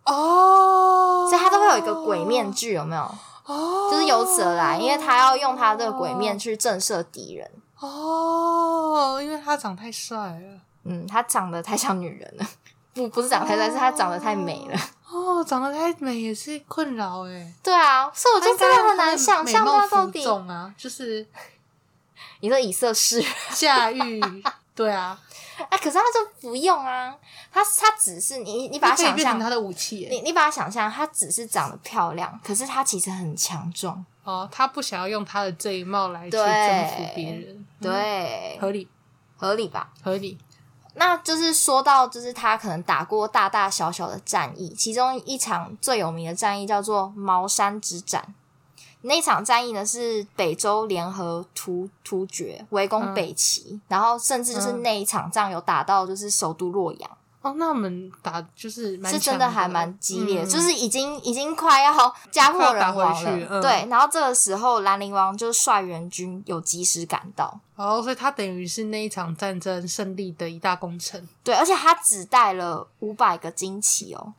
[SPEAKER 3] 哦
[SPEAKER 1] 哦所以他都会有一个鬼面具，有没有？
[SPEAKER 3] 哦，
[SPEAKER 1] 就是由此而来，因为他要用他的鬼面去震慑敌人。
[SPEAKER 3] 哦，因为他长太帅了。
[SPEAKER 1] 嗯，他长得太像女人了， 不不是长得太帅，是他长得太美了。
[SPEAKER 3] 哦，长得太美也是困扰哎，
[SPEAKER 1] 对啊，所以我就真的很难想象
[SPEAKER 3] 他
[SPEAKER 1] 他到底。
[SPEAKER 3] 重啊，就是
[SPEAKER 1] 你说以色侍人，
[SPEAKER 3] 驾 驭，对啊，
[SPEAKER 1] 哎、可是他就不用啊，他他只是你你把他
[SPEAKER 3] 他可以
[SPEAKER 1] 想
[SPEAKER 3] 变成他
[SPEAKER 1] 象，
[SPEAKER 3] 的武器
[SPEAKER 1] 你
[SPEAKER 3] 哎。
[SPEAKER 1] 你把他想象，他只是长得漂亮，可是他其实很强壮。
[SPEAKER 3] 哦，他不想要用他的这一貌来去
[SPEAKER 1] 对
[SPEAKER 3] 征服别人，嗯，
[SPEAKER 1] 对，
[SPEAKER 3] 合理
[SPEAKER 1] 合理吧？
[SPEAKER 3] 合理。
[SPEAKER 1] 那就是说到，就是他可能打过大大小小的战役，其中一场最有名的战役叫做茅山之战。那场战役呢是北周联合突突厥围攻
[SPEAKER 3] 嗯
[SPEAKER 1] 北齐，然后甚至就是
[SPEAKER 3] 嗯
[SPEAKER 1] 那一场仗有打到就是首都洛阳，
[SPEAKER 3] 哦，那我们打就是蛮
[SPEAKER 1] 是真
[SPEAKER 3] 强的
[SPEAKER 1] 的还蛮激烈的，
[SPEAKER 3] 嗯
[SPEAKER 1] 就是已经已经快要家破人
[SPEAKER 3] 快要打
[SPEAKER 1] 亡
[SPEAKER 3] 回
[SPEAKER 1] 了
[SPEAKER 3] 去。嗯
[SPEAKER 1] 对，然后这个时候兰陵王就率援军有及时赶到，
[SPEAKER 3] 哦，所以他等于是那一场战争胜利的一大功臣，
[SPEAKER 1] 对，而且他只带了五百个金旗哦，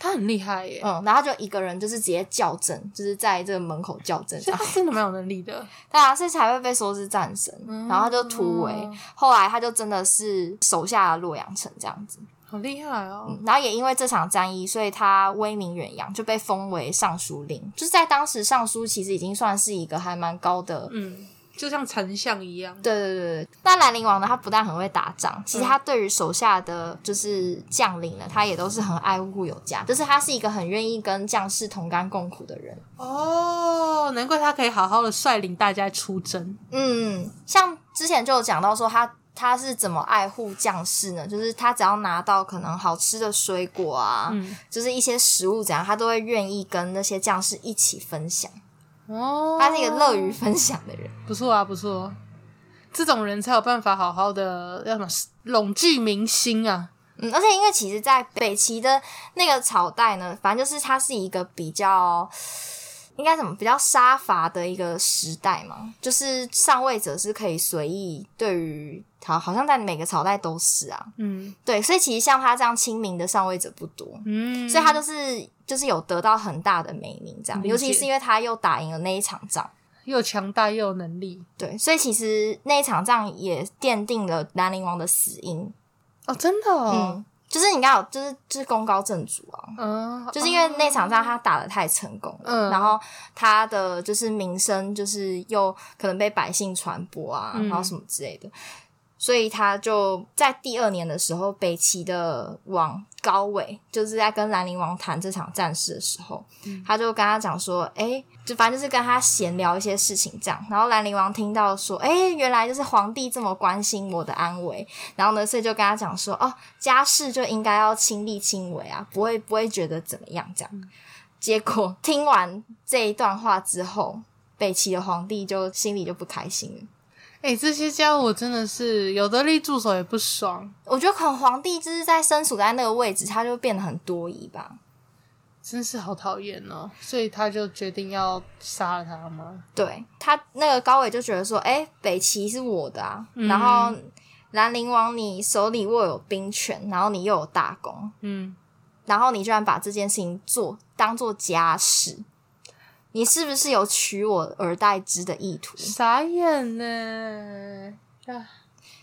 [SPEAKER 3] 他很厉害欸耶，
[SPEAKER 1] 嗯，然后他就一个人就是直接校正，就是在这个门口校正这
[SPEAKER 3] 所以
[SPEAKER 1] 样，
[SPEAKER 3] 他真的蛮有能力 的。
[SPEAKER 1] 对啊，所以才会被说是战神，
[SPEAKER 3] 嗯
[SPEAKER 1] 然后他就突围，
[SPEAKER 3] 哦
[SPEAKER 1] 后来他就真的是手下洛阳城这样子，
[SPEAKER 3] 好厉害哦！
[SPEAKER 1] 嗯，然后也因为这场战役，所以他威名远扬，就被封为尚书令，就是在当时尚书其实已经算是一个还蛮高的。
[SPEAKER 3] 嗯，就像丞相一样，
[SPEAKER 1] 对对对对，那兰陵王呢？他不但很会打仗，其实他对于手下的就是将领呢，他也都是很爱护有加，就是他是一个很愿意跟将士同甘共苦的人。
[SPEAKER 3] 哦，难怪他可以好好的率领大家出征。
[SPEAKER 1] 嗯，像之前就有讲到说他。他是怎么爱护将士呢？就是他只要拿到可能好吃的水果啊，
[SPEAKER 3] 嗯，
[SPEAKER 1] 就是一些食物怎样，他都会愿意跟那些将士一起分享。
[SPEAKER 3] 哦，
[SPEAKER 1] 他是一个乐于分享的人。
[SPEAKER 3] 不错啊，不错。这种人才有办法好好的，要什么笼聚民心啊？
[SPEAKER 1] 嗯，而且因为其实，在北齐的那个朝代呢，反正就是它是一个比较，应该怎么比较杀伐的一个时代嘛，就是上位者是可以随意对于好，好像在每个朝代都是啊，
[SPEAKER 3] 嗯
[SPEAKER 1] 对，所以其实像他这样亲民的上位者不多，
[SPEAKER 3] 嗯，
[SPEAKER 1] 所以他就是就是有得到很大的美名，这样，
[SPEAKER 3] 理解
[SPEAKER 1] 尤其是因为他又打赢了那一场仗。
[SPEAKER 3] 又强大又有能力
[SPEAKER 1] 对，所以其实那一场仗也奠定了南陵王的死因。
[SPEAKER 3] 哦，真的哦，
[SPEAKER 1] 嗯，就是你刚好就是就是功高震主啊，
[SPEAKER 3] 嗯，
[SPEAKER 1] 就是因为那场仗他打的太成功了，
[SPEAKER 3] 嗯
[SPEAKER 1] 然后他的就是名声就是又可能被百姓传播啊，
[SPEAKER 3] 嗯
[SPEAKER 1] 然后什么之类的，所以他就在第二年的时候，北齐的王高纬就是在跟兰陵王谈这场战事的时候，他就跟他讲说，哎、就反正就是跟他闲聊一些事情这样，然后兰陵王听到说，哎、原来就是皇帝这么关心我的安危，然后呢，所以就跟他讲说，哦，家事就应该要亲力亲为啊，不会不会觉得怎么样这样。结果听完这一段话之后，北齐的皇帝就心里就不开心了。
[SPEAKER 3] 哎、这些家伙真的是有的立住手也不爽，
[SPEAKER 1] 我觉得可能皇帝就是在身处在那个位置，他就变得很多疑吧。
[SPEAKER 3] 真是好讨厌哦。所以他就决定要杀了他吗？
[SPEAKER 1] 对他那个高伟就觉得说，哎，北齐是我的啊，
[SPEAKER 3] 嗯
[SPEAKER 1] 然后兰陵王你手里握有兵权，然后你又有大功，
[SPEAKER 3] 嗯，
[SPEAKER 1] 然后你居然把这件事情做当做家事，你是不是有取我而代之的意图？
[SPEAKER 3] 傻眼呢。啊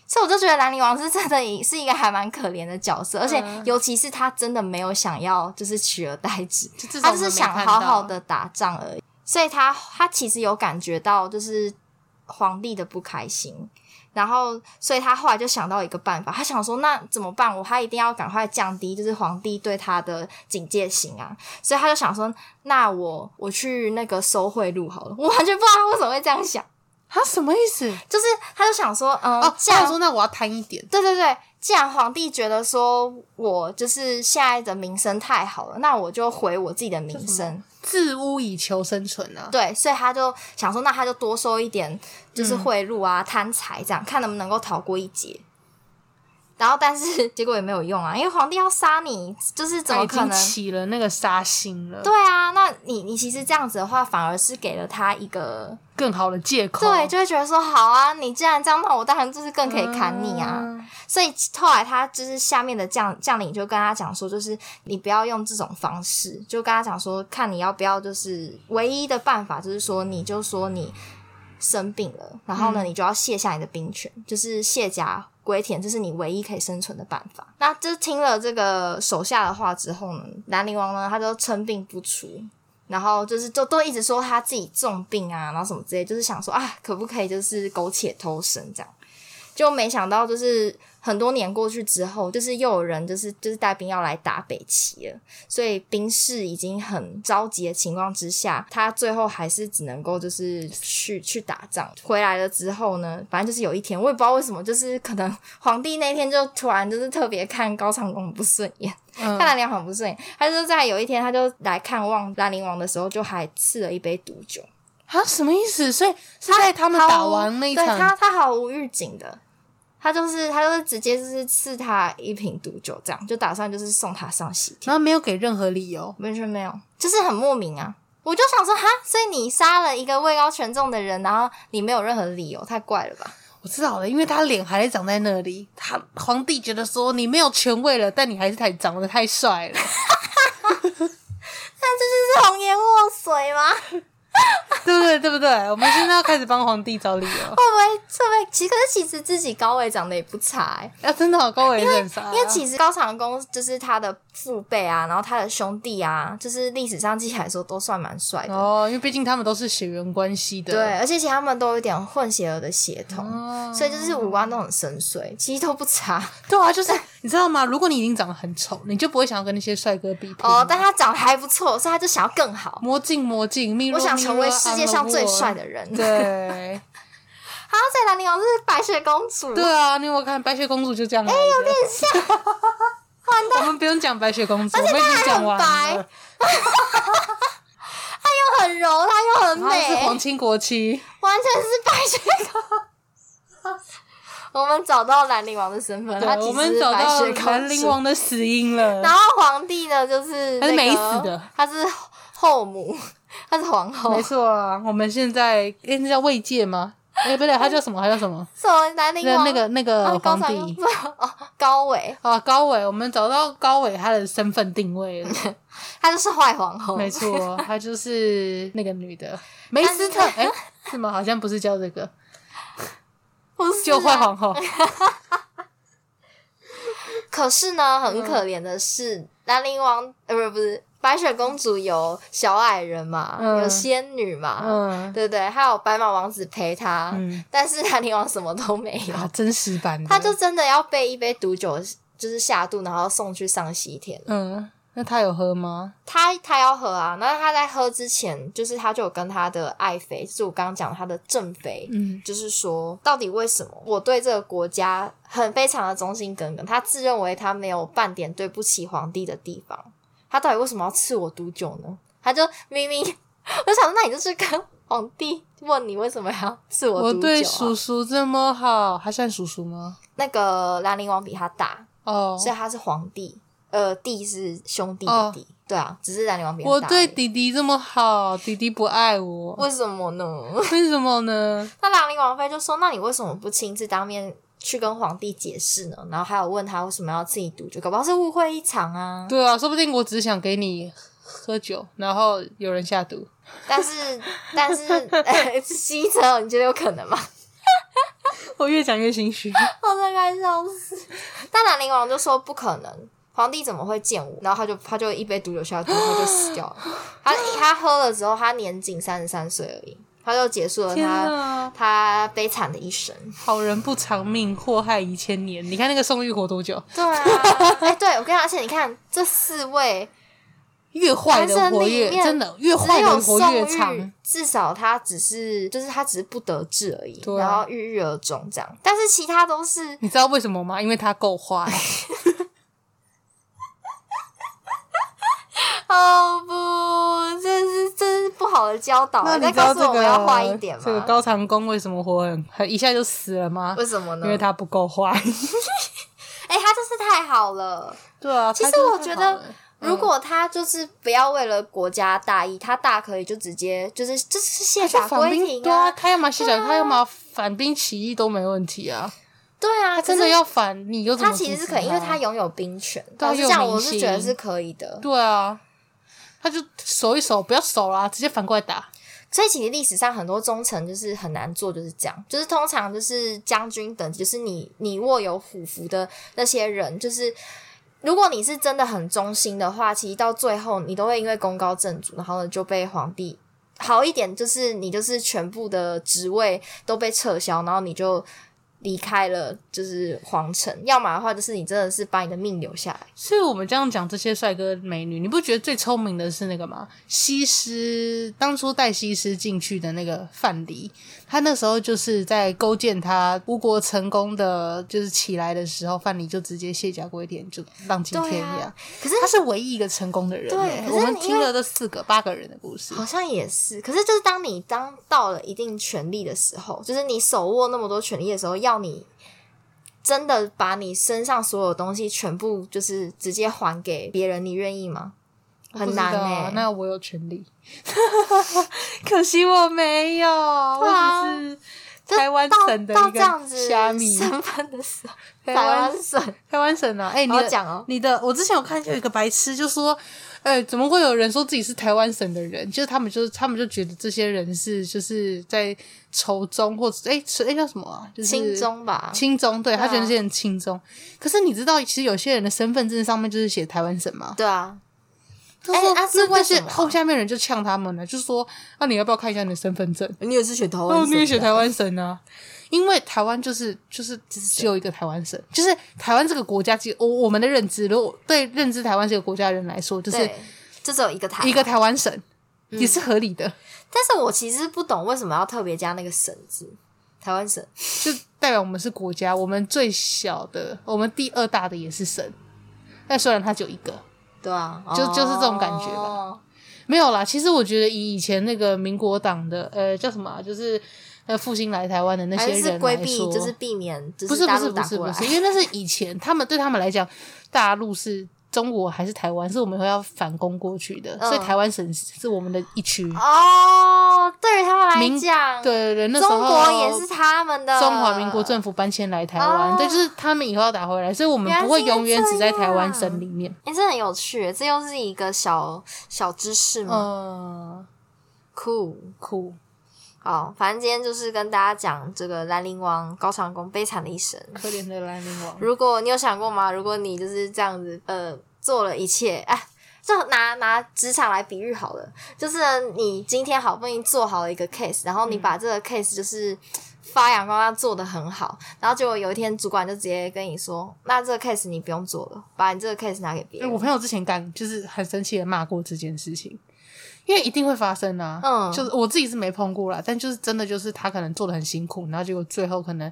[SPEAKER 1] 所以我就觉得兰陵王是真的一是一个还蛮可怜的角色，而且
[SPEAKER 3] 嗯
[SPEAKER 1] 尤其是他真的没有想要就是取而代之，
[SPEAKER 3] 就至少
[SPEAKER 1] 他
[SPEAKER 3] 我
[SPEAKER 1] 就
[SPEAKER 3] 们
[SPEAKER 1] 是
[SPEAKER 3] 没
[SPEAKER 1] 想
[SPEAKER 3] 看
[SPEAKER 1] 好好
[SPEAKER 3] 到
[SPEAKER 1] 的打仗而已。所以他他其实有感觉到就是皇帝的不开心，然后所以他后来就想到一个办法，他想说那怎么办？我他一定要赶快降低就是皇帝对他的警戒心啊，所以他就想说那我我去那个收贿赂好了。我完全不知道他为什么会这样想，
[SPEAKER 3] 他啊什么意思？
[SPEAKER 1] 就是他就想说嗯，
[SPEAKER 3] 哦，
[SPEAKER 1] 这
[SPEAKER 3] 这样
[SPEAKER 1] 样
[SPEAKER 3] 说那我要贪一点，
[SPEAKER 1] 对对对，既然皇帝觉得说我就是现在的名声太好了，那我就回我自己的名声。
[SPEAKER 3] 自污以求生存啊。
[SPEAKER 1] 对，所以他就想说，那他就多
[SPEAKER 3] 嗯
[SPEAKER 1] 收一点，就是贿赂啊、贪财这样，看能不能够逃过一劫。然后但是 结果也没有用啊，因为皇帝要杀你，就是怎
[SPEAKER 3] 他
[SPEAKER 1] 么
[SPEAKER 3] 已
[SPEAKER 1] 可
[SPEAKER 3] 经
[SPEAKER 1] 能？
[SPEAKER 3] 起了那个杀心了，
[SPEAKER 1] 对，啊，那你你其实这样子的话，反而是给了他一个
[SPEAKER 3] 更好的借口，
[SPEAKER 1] 对，就会觉得说好啊，你既然这样，那我当然就是更可以砍你啊。
[SPEAKER 3] 嗯
[SPEAKER 1] 所以后来他就是下面的将将领就跟他讲说，就是你不要用这种方式，就跟他讲说，看你要不要，就是唯一的办法就是说，你就说你生病了，然后呢，
[SPEAKER 3] 嗯
[SPEAKER 1] 你就要卸下你的兵权，就是卸甲归田，这是你唯一可以生存的办法。那就是听了这个手下的话之后呢，兰陵王呢他就称病不出。然后就是就都一直说他自己重病啊，然后什么之类，就是想说啊，可不可以就是苟且偷生这样？就没想到就是很多年过去之后，就是又有人就是就是带兵要来打北齐了，所以兵士已经很着急的情况之下，他最后还是只能够就是去去打仗。回来了之后呢，反正就是有一天，我也不知道为什么，就是可能皇帝那天就突然就是特别看高长恭不顺眼。
[SPEAKER 3] 嗯
[SPEAKER 1] 看兰陵王很不顺眼，他就在有一天，他就来看望兰陵王的时候，就还赐了一杯毒酒。
[SPEAKER 3] 啊，什么意思？所以是在他们打完那一
[SPEAKER 1] 对他
[SPEAKER 3] 场，
[SPEAKER 1] 他毫无预警的，他就是他就是直接就是赐他一瓶毒酒，这样就打算就是送他上西天，
[SPEAKER 3] 然后没有给任何理由，
[SPEAKER 1] 完全没有，就是很莫名啊。我就想说哈，所以你杀了一个位高权重的人，然后你没有任何理由，太怪了吧？
[SPEAKER 3] 我知道了，因为他脸还长在那里，他皇帝觉得说你没有权位了，但你还是太长得太帅了，
[SPEAKER 1] 这是红颜祸水吗？
[SPEAKER 3] 对不对？对不对？我们现在要开始帮皇帝找理由
[SPEAKER 1] 会不会会不会？其实可是其实自己高位长得也不差、欸，
[SPEAKER 3] 啊！真的好高维认杀啊，
[SPEAKER 1] 因为其实高长恭就是他的父辈啊，然后他的兄弟啊，就是历史上记载说都算蛮帅的。
[SPEAKER 3] 哦，因为毕竟他们都是血缘关系的，
[SPEAKER 1] 对，而且其实他们都有点混血儿的血统，
[SPEAKER 3] 哦
[SPEAKER 1] 所以就是五官都很深邃，其实都不差。
[SPEAKER 3] 对啊，就是你知道吗？如果你已经长得很丑，你就不会想要跟那些帅哥比拼
[SPEAKER 1] 哦， 但他长得还不错，所以他就想要更好。
[SPEAKER 3] 魔镜魔镜，
[SPEAKER 1] 我想成为世界上最帅。的人。然
[SPEAKER 3] 对
[SPEAKER 1] 后在兰陵王是白雪公主，
[SPEAKER 3] 对啊，你有没有看白雪公主就这样来的？哎，有点像。 我们不用讲白雪公主，我们已经讲完
[SPEAKER 1] 她还很
[SPEAKER 3] 了
[SPEAKER 1] 白。又很柔，她又很
[SPEAKER 3] 她是皇
[SPEAKER 1] 美，
[SPEAKER 3] 亲国戚，
[SPEAKER 1] 完全是白雪公主。 我们找到兰陵王的身份，
[SPEAKER 3] 对
[SPEAKER 1] 他，其
[SPEAKER 3] 我
[SPEAKER 1] 实
[SPEAKER 3] 们
[SPEAKER 1] 是
[SPEAKER 3] 找
[SPEAKER 1] 白
[SPEAKER 3] 到
[SPEAKER 1] 雪公主。
[SPEAKER 3] 兰陵王的死因
[SPEAKER 1] 然
[SPEAKER 3] 了。
[SPEAKER 1] 后皇帝呢，就是、
[SPEAKER 3] 他
[SPEAKER 1] 那个、
[SPEAKER 3] 是没死的，
[SPEAKER 1] 他是后母，他是皇后
[SPEAKER 3] 没。错啊，我们现在哎，那叫卫界吗？哎，不对，他叫什么？他叫什么？
[SPEAKER 1] 什么南陵
[SPEAKER 3] 那
[SPEAKER 1] 王？
[SPEAKER 3] 那个那
[SPEAKER 1] 啊
[SPEAKER 3] 个
[SPEAKER 1] 高
[SPEAKER 3] 皇
[SPEAKER 1] 长
[SPEAKER 3] 帝
[SPEAKER 1] 不是哦，高伟，
[SPEAKER 3] 啊，高伟，我们找到高伟他的身份定位 了。
[SPEAKER 1] 他就是坏皇后。
[SPEAKER 3] 没错，她就是那个女的梅斯特，
[SPEAKER 1] 但
[SPEAKER 3] 哎、是吗？好像不是叫这个，
[SPEAKER 1] 不是啊
[SPEAKER 3] 就坏皇后。
[SPEAKER 1] 可是呢，很
[SPEAKER 3] 嗯
[SPEAKER 1] 可怜的是，兰陵王呃不是白雪公主有小矮人嘛，
[SPEAKER 3] 嗯
[SPEAKER 1] 有仙女嘛，
[SPEAKER 3] 嗯，
[SPEAKER 1] 对不对？还有白马王子陪她，
[SPEAKER 3] 嗯
[SPEAKER 1] 但是兰陵王什么都没有，
[SPEAKER 3] 啊，真实版的，
[SPEAKER 1] 他就真的要被一杯毒酒就是下肚，然后送去上西天。
[SPEAKER 3] 嗯，那她有喝吗？
[SPEAKER 1] 他他要喝啊，那他在喝之前，就是他就有跟他的爱妃，就是我刚刚讲他的正妃，
[SPEAKER 3] 嗯，
[SPEAKER 1] 就是说到底为什么我对这个国家很非常的忠心耿耿？他自认为他没有半点对不起皇帝的地方，他到底为什么要赐我毒酒呢？他就明明我想说，那你就是跟皇帝问你为什么要赐
[SPEAKER 3] 我
[SPEAKER 1] 我毒酒、
[SPEAKER 3] 对
[SPEAKER 1] 啊
[SPEAKER 3] 叔？叔这么好，还算叔叔吗？
[SPEAKER 1] 那个兰陵王比他大，
[SPEAKER 3] 哦，
[SPEAKER 1] 所以他是皇帝，呃，弟是兄弟
[SPEAKER 3] 哦
[SPEAKER 1] 的弟，对啊，只是兰陵王比他大而
[SPEAKER 3] 我
[SPEAKER 1] 已。
[SPEAKER 3] 对弟弟这么好，弟弟不爱我，
[SPEAKER 1] 为什么呢？
[SPEAKER 3] 为什么呢？
[SPEAKER 1] 那兰陵王妃就说：“那你为什么不亲自当面去跟皇帝解释呢？”然后还有问他为什么要自己毒酒，搞不好是误会一场啊。
[SPEAKER 3] 对啊，说不定我只是想给你喝酒，然后有人下毒。
[SPEAKER 1] 但是，但是， 呃，西城，你觉得有可能吗？
[SPEAKER 3] 我越讲越心虚。
[SPEAKER 1] 我真的快笑死。但兰陵王就说不可能，皇帝怎么会见我？然后他就他就一杯毒酒下肚，他就死掉了。他他喝了之后，他年仅三十三岁而已，他就结束了
[SPEAKER 3] 天
[SPEAKER 1] 他
[SPEAKER 3] 哪！
[SPEAKER 1] 他悲惨的一生。
[SPEAKER 3] 好人不长命，祸害一千年。你看那个宋玉活多久？
[SPEAKER 1] 对啊， 哎、对我跟你讲，而且你看这四位。
[SPEAKER 3] 越坏的活越
[SPEAKER 1] 人生里面
[SPEAKER 3] 真的，越
[SPEAKER 1] 只
[SPEAKER 3] 坏
[SPEAKER 1] 有
[SPEAKER 3] 的活
[SPEAKER 1] 宋玉
[SPEAKER 3] 越长。
[SPEAKER 1] 至少他只是就是他只是不得志而已，
[SPEAKER 3] 对啊
[SPEAKER 1] 然后郁郁而终这样。但是其他都 是
[SPEAKER 3] 你知道为什么吗？因为他够坏。
[SPEAKER 1] 哦不，这是这是不好的教导。
[SPEAKER 3] 那
[SPEAKER 1] 你在
[SPEAKER 3] 你知道
[SPEAKER 1] 告诉
[SPEAKER 3] 这
[SPEAKER 1] 我
[SPEAKER 3] 个
[SPEAKER 1] 们要坏一点吗？
[SPEAKER 3] 这个 高长恭为什么活很很一下就死了吗
[SPEAKER 1] 为？什么呢？
[SPEAKER 3] 因为他不够坏。
[SPEAKER 1] 哎、好了。
[SPEAKER 3] 对啊，
[SPEAKER 1] 其实
[SPEAKER 3] 他就是
[SPEAKER 1] 我觉
[SPEAKER 3] 太好
[SPEAKER 1] 得
[SPEAKER 3] 了
[SPEAKER 1] 如果他就是不要为了国家大义，他大可以就直接就是这是
[SPEAKER 3] 他
[SPEAKER 1] 宪
[SPEAKER 3] 去
[SPEAKER 1] 法
[SPEAKER 3] 反
[SPEAKER 1] 规
[SPEAKER 3] 兵，
[SPEAKER 1] 定
[SPEAKER 3] 对啊，他要么卸甲，他要么反兵起义都没问题啊。
[SPEAKER 1] 对啊，
[SPEAKER 3] 他真
[SPEAKER 1] 可
[SPEAKER 3] 的
[SPEAKER 1] 是
[SPEAKER 3] 要反，你又怎么
[SPEAKER 1] 他其实
[SPEAKER 3] 阻
[SPEAKER 1] 是
[SPEAKER 3] 止
[SPEAKER 1] 可以，因为
[SPEAKER 3] 他
[SPEAKER 1] 他拥有兵权。
[SPEAKER 3] 对啊
[SPEAKER 1] 老实
[SPEAKER 3] 又有
[SPEAKER 1] 讲，
[SPEAKER 3] 民
[SPEAKER 1] 我是觉得
[SPEAKER 3] 心
[SPEAKER 1] 是可以的。
[SPEAKER 3] 对啊，他就守一守，不要守啦，直接反过来打。
[SPEAKER 1] 所以其实历史上很多忠臣就是很难做，就是这样，就是通常就是将军等级，就是你你握有虎符的那些人，就是如果你是真的很忠心的话，其实到最后你都会因为功高震主，然后呢就被皇帝好一点，就是你就是全部的职位都被撤销，然后你就离开了就是皇城，要么的话就是你真的是把你的命留下来。
[SPEAKER 3] 所以我们这样讲这些帅哥美女，你不觉得最聪明的是那个吗？西施当初带西施进去的那个范蠡，他那时候就是在勾践他吴国成功的就是起来的时候，范蠡就直接卸甲归田，就浪迹
[SPEAKER 1] 对
[SPEAKER 3] 天涯。
[SPEAKER 1] 啊可是
[SPEAKER 3] 他是唯一一个成功的人
[SPEAKER 1] 对
[SPEAKER 3] 欸、
[SPEAKER 1] 可是
[SPEAKER 3] 我们
[SPEAKER 1] 因
[SPEAKER 3] 听
[SPEAKER 1] 为
[SPEAKER 3] 了这四个八个人的故事，
[SPEAKER 1] 好像也是，可是就是当你当到了一定权力的时候，就是你手握那么多权力的时候，要你真的把你身上所有东西全部就是直接还给别人，你愿意吗？很难
[SPEAKER 3] 呢、
[SPEAKER 1] 哎、
[SPEAKER 3] 啊那我有权利， 可惜我没有，
[SPEAKER 1] 啊
[SPEAKER 3] 我只是台湾
[SPEAKER 1] 到
[SPEAKER 3] 省的
[SPEAKER 1] 到
[SPEAKER 3] 一
[SPEAKER 1] 这样
[SPEAKER 3] 个
[SPEAKER 1] 子
[SPEAKER 3] 虾米，
[SPEAKER 1] 身份的时候，
[SPEAKER 3] 台
[SPEAKER 1] 台
[SPEAKER 3] 湾
[SPEAKER 1] 湾省哦
[SPEAKER 3] 台湾省啊，哎、你
[SPEAKER 1] 好
[SPEAKER 3] 的
[SPEAKER 1] 讲哦
[SPEAKER 3] 你的，我之前有看就有一个白痴就说，哎、怎么会有人说自己是台湾省的人？就是他们就是他们就觉得这些人是就是在仇中或者哎是哎叫什么啊？就是
[SPEAKER 1] 亲中吧？
[SPEAKER 3] 亲中，对他
[SPEAKER 1] 对啊
[SPEAKER 3] 觉得这些人亲中。可是你知道，其实有些人的身份证上面就是写台湾省吗？
[SPEAKER 1] 对啊，
[SPEAKER 3] 他
[SPEAKER 1] 哎
[SPEAKER 3] 说：“
[SPEAKER 1] 啊是
[SPEAKER 3] 那那
[SPEAKER 1] 为
[SPEAKER 3] 些
[SPEAKER 1] 什么啊
[SPEAKER 3] 后下面人就呛他们了，就说：‘那、你要不要看一下你的身份证
[SPEAKER 1] 你也是选台？’
[SPEAKER 3] 哦，你也写台湾省啊，因为台湾就是就是只有一个台湾省，就是台湾这个国家，只有我我们的认知，如果对认知台湾这个国家的人来说，就是
[SPEAKER 1] 对，就只有一个台，
[SPEAKER 3] 一个。台湾省、也是合理的，
[SPEAKER 1] 但是我其实不懂为什么要特别加那个省字，台湾省。
[SPEAKER 3] 就代表我们是国家，我们最小的，我们第二大的也是省，但虽然它只有一个，
[SPEAKER 1] 对啊，
[SPEAKER 3] 就就是这种感觉吧
[SPEAKER 1] 哦
[SPEAKER 3] 没有啦，其实我觉得以以前那个民国党的呃叫什么啊、就是呃复兴来台湾的那些
[SPEAKER 1] 还
[SPEAKER 3] 人来
[SPEAKER 1] 是
[SPEAKER 3] 说，
[SPEAKER 1] 规避，就是避免，就
[SPEAKER 3] 不是不
[SPEAKER 1] 大
[SPEAKER 3] 是
[SPEAKER 1] 陆
[SPEAKER 3] 不
[SPEAKER 1] 打
[SPEAKER 3] 是
[SPEAKER 1] 过
[SPEAKER 3] 不
[SPEAKER 1] 来。
[SPEAKER 3] 是，因为那是以前他们对他们来讲，大陆是中国还是台湾，是我们要反攻过去的，
[SPEAKER 1] 嗯
[SPEAKER 3] 所以台湾省是我们的一区。
[SPEAKER 1] 哦，对于他们
[SPEAKER 3] 民
[SPEAKER 1] 来讲，
[SPEAKER 3] 对对对，那时
[SPEAKER 1] 中
[SPEAKER 3] 候
[SPEAKER 1] 国也是他们的
[SPEAKER 3] 中华民国政府搬迁来台湾，
[SPEAKER 1] 哦
[SPEAKER 3] 对，就是他们以后要打回来，所以我们不会永远只在台湾省里面。
[SPEAKER 1] 哎、这很有趣，这又是一个小小知识嘛，
[SPEAKER 3] 嗯，
[SPEAKER 1] 酷、
[SPEAKER 3] 酷，
[SPEAKER 1] 好，反正今天就是跟大家讲这个兰陵王高长恭悲惨的一生。
[SPEAKER 3] 可怜的兰陵王。
[SPEAKER 1] 如果你有想过吗？如果你就是这样子，呃，做了一切，哎，就拿拿职场来比喻好了，就是呢你今天好不容易做好了一个 case，然
[SPEAKER 3] 嗯
[SPEAKER 1] 后你把这个 case 就是。发扬光大做的很好，然后结果有一天主管就直接跟你说：“那这个 case 你不用做了，把你这个 case 拿给别
[SPEAKER 3] 哎、
[SPEAKER 1] 人。
[SPEAKER 3] 我朋友之前干就是很生气的骂过这件事情，因为一定会发生啊。
[SPEAKER 1] 嗯
[SPEAKER 3] 就是我自己是没碰过啦，但就是真的就是他可能做的很辛苦，然后结果最后可能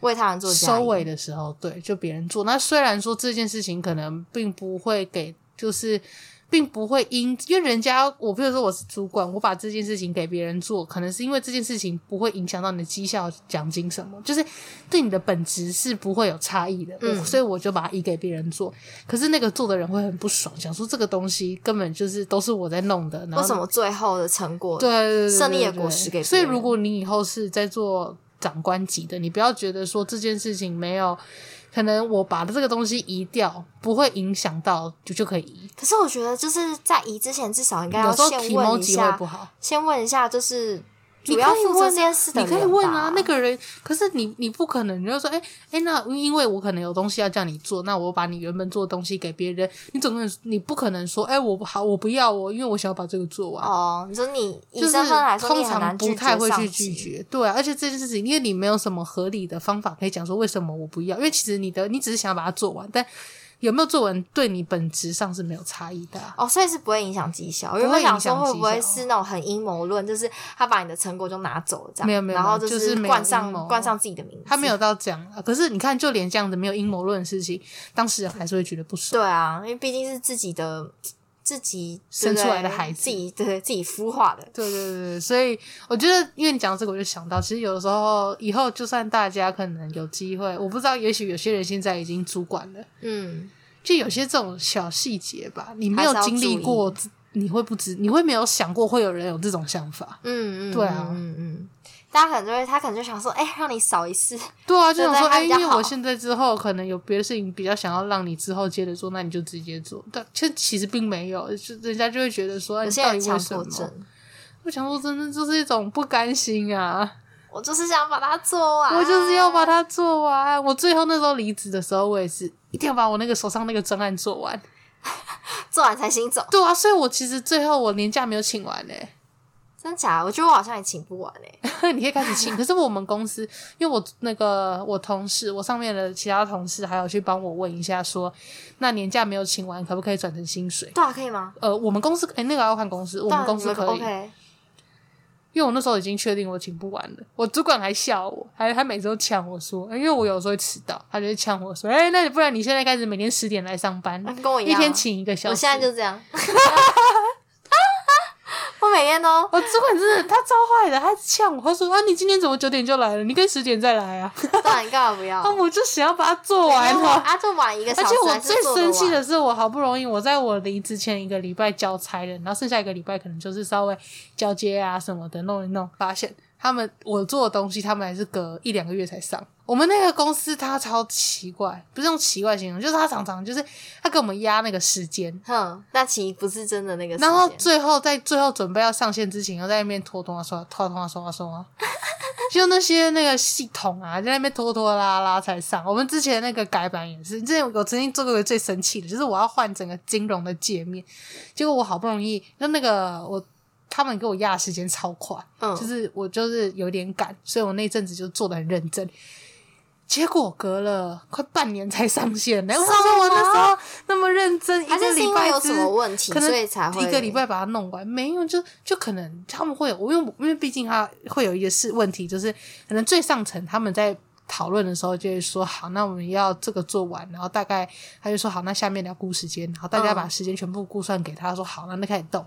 [SPEAKER 1] 为他人做嫁衣
[SPEAKER 3] 收尾的时候，对，就别人做。那虽然说这件事情可能并不会给，就是并不会因，因为人家我比如说我是主管，我把这件事情给别人做，可能是因为这件事情不会影响到你的绩效、奖金什么，就是对你的本质是不会有差异的。
[SPEAKER 1] 嗯
[SPEAKER 3] 我所以我就把它移给别人做，可是那个做的人会很不爽，想说这个东西根本就是都是我在弄的，然后
[SPEAKER 1] 为什么最后的成果
[SPEAKER 3] 对对对对
[SPEAKER 1] 胜利的
[SPEAKER 3] 对
[SPEAKER 1] 果实给别
[SPEAKER 3] 所以，
[SPEAKER 1] 人
[SPEAKER 3] 如果你以后是在做长官级的，你不要觉得说这件事情没有可能，我把这个东西移掉不会影响到就就可以移。
[SPEAKER 1] 可是我觉得就是在移之前，至少应该要
[SPEAKER 3] 有时候
[SPEAKER 1] 先
[SPEAKER 3] 提毛
[SPEAKER 1] 问一
[SPEAKER 3] 级会
[SPEAKER 1] 下
[SPEAKER 3] 不，好。
[SPEAKER 1] 先问一下，就是主
[SPEAKER 3] 你可
[SPEAKER 1] 要
[SPEAKER 3] 以
[SPEAKER 1] 负责
[SPEAKER 3] 问啊
[SPEAKER 1] 这件事的
[SPEAKER 3] 你
[SPEAKER 1] 人
[SPEAKER 3] 可以问
[SPEAKER 1] 吧
[SPEAKER 3] 啊，那个人。可是你，你不可能，你就说，哎、哎、那因为我可能有东西要叫你做，那我把你原本做的东西给别人，你总不能，你不可能说，哎、我不好，我不要哦我，因为我想要把这个做完。
[SPEAKER 1] 哦，你说你以
[SPEAKER 3] 就是
[SPEAKER 1] 身份来说，你
[SPEAKER 3] 通
[SPEAKER 1] 很
[SPEAKER 3] 常
[SPEAKER 1] 难
[SPEAKER 3] 不
[SPEAKER 1] 拒
[SPEAKER 3] 太
[SPEAKER 1] 绝
[SPEAKER 3] 会
[SPEAKER 1] 上
[SPEAKER 3] 去
[SPEAKER 1] 级
[SPEAKER 3] 拒。绝，对啊、而且这件事情，因为你没有什么合理的方法可以讲说为什么我不要，因为其实你的你只是想要把它做完，但有没有做完对你本质上是没有差异的啊、
[SPEAKER 1] 哦，所以是不会影响绩效。
[SPEAKER 3] 不
[SPEAKER 1] 因为
[SPEAKER 3] 会
[SPEAKER 1] 我
[SPEAKER 3] 影
[SPEAKER 1] 想说
[SPEAKER 3] 响
[SPEAKER 1] 会
[SPEAKER 3] 绩
[SPEAKER 1] 不会
[SPEAKER 3] 效
[SPEAKER 1] 是那种很阴谋论，就是他把你的成果就拿走了这样，
[SPEAKER 3] 没有没有
[SPEAKER 1] 然
[SPEAKER 3] 没有
[SPEAKER 1] 后
[SPEAKER 3] 就是是没有
[SPEAKER 1] 冠
[SPEAKER 3] 阴谋
[SPEAKER 1] 上冠上自己的名字。
[SPEAKER 3] 他没有到这样啊，可是你看，就连这样子没有阴谋论的事情，当事人还是会觉得不爽。
[SPEAKER 1] 对啊，因为毕竟是自己的自己
[SPEAKER 3] 生出来的孩子
[SPEAKER 1] 自己对自己孵化的。
[SPEAKER 3] 对对对对，所以我觉得，因为你讲到这个，我就想到，其实有的时候以后，就算大家可能有机会，我不知道，也许有些人现在已经主管了，
[SPEAKER 1] 嗯，
[SPEAKER 3] 就有些这种小细节吧，你没有
[SPEAKER 1] 还是要
[SPEAKER 3] 经历过，你会不知，你会没有想过会有人有这种想法。
[SPEAKER 1] 嗯嗯，
[SPEAKER 3] 对啊
[SPEAKER 1] 嗯嗯嗯，大家可能就会他可能就想说，哎、让你扫一次，
[SPEAKER 3] 对啊，就想
[SPEAKER 1] 对
[SPEAKER 3] 说，
[SPEAKER 1] 对他
[SPEAKER 3] 哎，
[SPEAKER 1] 比
[SPEAKER 3] 因
[SPEAKER 1] 较
[SPEAKER 3] 为我
[SPEAKER 1] 好
[SPEAKER 3] 现在之后可能有别的事情比较想要让你之后接着做，那你就直接做。但其实其实并没有，就人家就会觉得说，哎
[SPEAKER 1] 有
[SPEAKER 3] 你
[SPEAKER 1] 些
[SPEAKER 3] 到
[SPEAKER 1] 人
[SPEAKER 3] 底为
[SPEAKER 1] 强
[SPEAKER 3] 什
[SPEAKER 1] 迫
[SPEAKER 3] 么？
[SPEAKER 1] 症，
[SPEAKER 3] 我强迫症就是一种不甘心啊。
[SPEAKER 1] 我就是想把它做完，
[SPEAKER 3] 我就是要把它做完。我最后那时候离职的时候，我也是一定要把我那个手上那个专案做完。
[SPEAKER 1] 做完才行走，
[SPEAKER 3] 对啊，所以我其实最后我年假没有请完欸嘞、
[SPEAKER 1] 真假的？我觉得我好像也请不完哎、
[SPEAKER 3] 你可以开始请。可是我们公司，因为我那个我同事，我上面的其他同事还有去帮我问一下说那年假没有请完，可不可以转成薪水？
[SPEAKER 1] 对啊，可以吗？
[SPEAKER 3] 呃，我们公司哎、那个要看公司，我
[SPEAKER 1] 对
[SPEAKER 3] 们
[SPEAKER 1] 啊
[SPEAKER 3] 公
[SPEAKER 1] 你
[SPEAKER 3] 司可以，
[SPEAKER 1] OK，
[SPEAKER 3] 因为我那时候已经确定我请不完了，我主管还笑我，还他每次都呛我说，因为我有时候会迟到，他就会呛我说，哎、那你不然你现在开始每天十点来上班，
[SPEAKER 1] 啊跟我一
[SPEAKER 3] 一
[SPEAKER 1] 样啊
[SPEAKER 3] 天请一个小时。
[SPEAKER 1] 我现在就这样， 我每天都
[SPEAKER 3] 我主管真的他超坏的，他呛我，他说啊你今天怎么九点就来了？你可以十点再来啊！
[SPEAKER 1] 对啊，你干嘛不要？
[SPEAKER 3] 啊我就想要把它做 完
[SPEAKER 1] 因为我
[SPEAKER 3] 了。
[SPEAKER 1] 啊，就晚一个小
[SPEAKER 3] 哦而
[SPEAKER 1] 时，
[SPEAKER 3] 且我
[SPEAKER 1] 还是
[SPEAKER 3] 最
[SPEAKER 1] 做得
[SPEAKER 3] 生气
[SPEAKER 1] 完
[SPEAKER 3] 的是，我好不容易我在我离职前一个礼拜交差了，然后剩下一个礼拜可能就是稍微交接啊什么的弄一弄，发现他们我做的东西，他们还是隔一两个月才上。我们那个公司它超奇怪，不是用奇怪形容，就是它常常就是它给我们压那个时间，
[SPEAKER 1] 哼，那其实不是真的那个时间。
[SPEAKER 3] 然后最后在最后准备要上线之前，又在那边拖拖拉拉、拖拖拉拉、拖拉，就那些那个系统啊，在那边拖拖拉拉才上。我们之前那个改版也是，之前我曾经做过一个最生气的，就是我要换整个金融的界面，结果我好不容易，那那个我他们给我压的时间超快，
[SPEAKER 1] 嗯
[SPEAKER 3] 就是我就是有点赶，所以我那一阵子就做的很认真。结果隔了快半年才上线哎呢，我想说我那时候那么认真，一
[SPEAKER 1] 还
[SPEAKER 3] 个
[SPEAKER 1] 是是
[SPEAKER 3] 礼
[SPEAKER 1] 因
[SPEAKER 3] 拜
[SPEAKER 1] 为有
[SPEAKER 3] 之
[SPEAKER 1] 什么问题，
[SPEAKER 3] 可能
[SPEAKER 1] 所以才会
[SPEAKER 3] 一个礼拜把它弄完。没有，就就可能他们会有，因为我因为毕竟他会有一个是问题，就是可能最上层他们在讨论的时候就会说，好，那我们要这个做完，然后大概他就说好，那下面要估时间，然后大家
[SPEAKER 1] 嗯
[SPEAKER 3] 把时间全部估算给他，说好，那那开始动。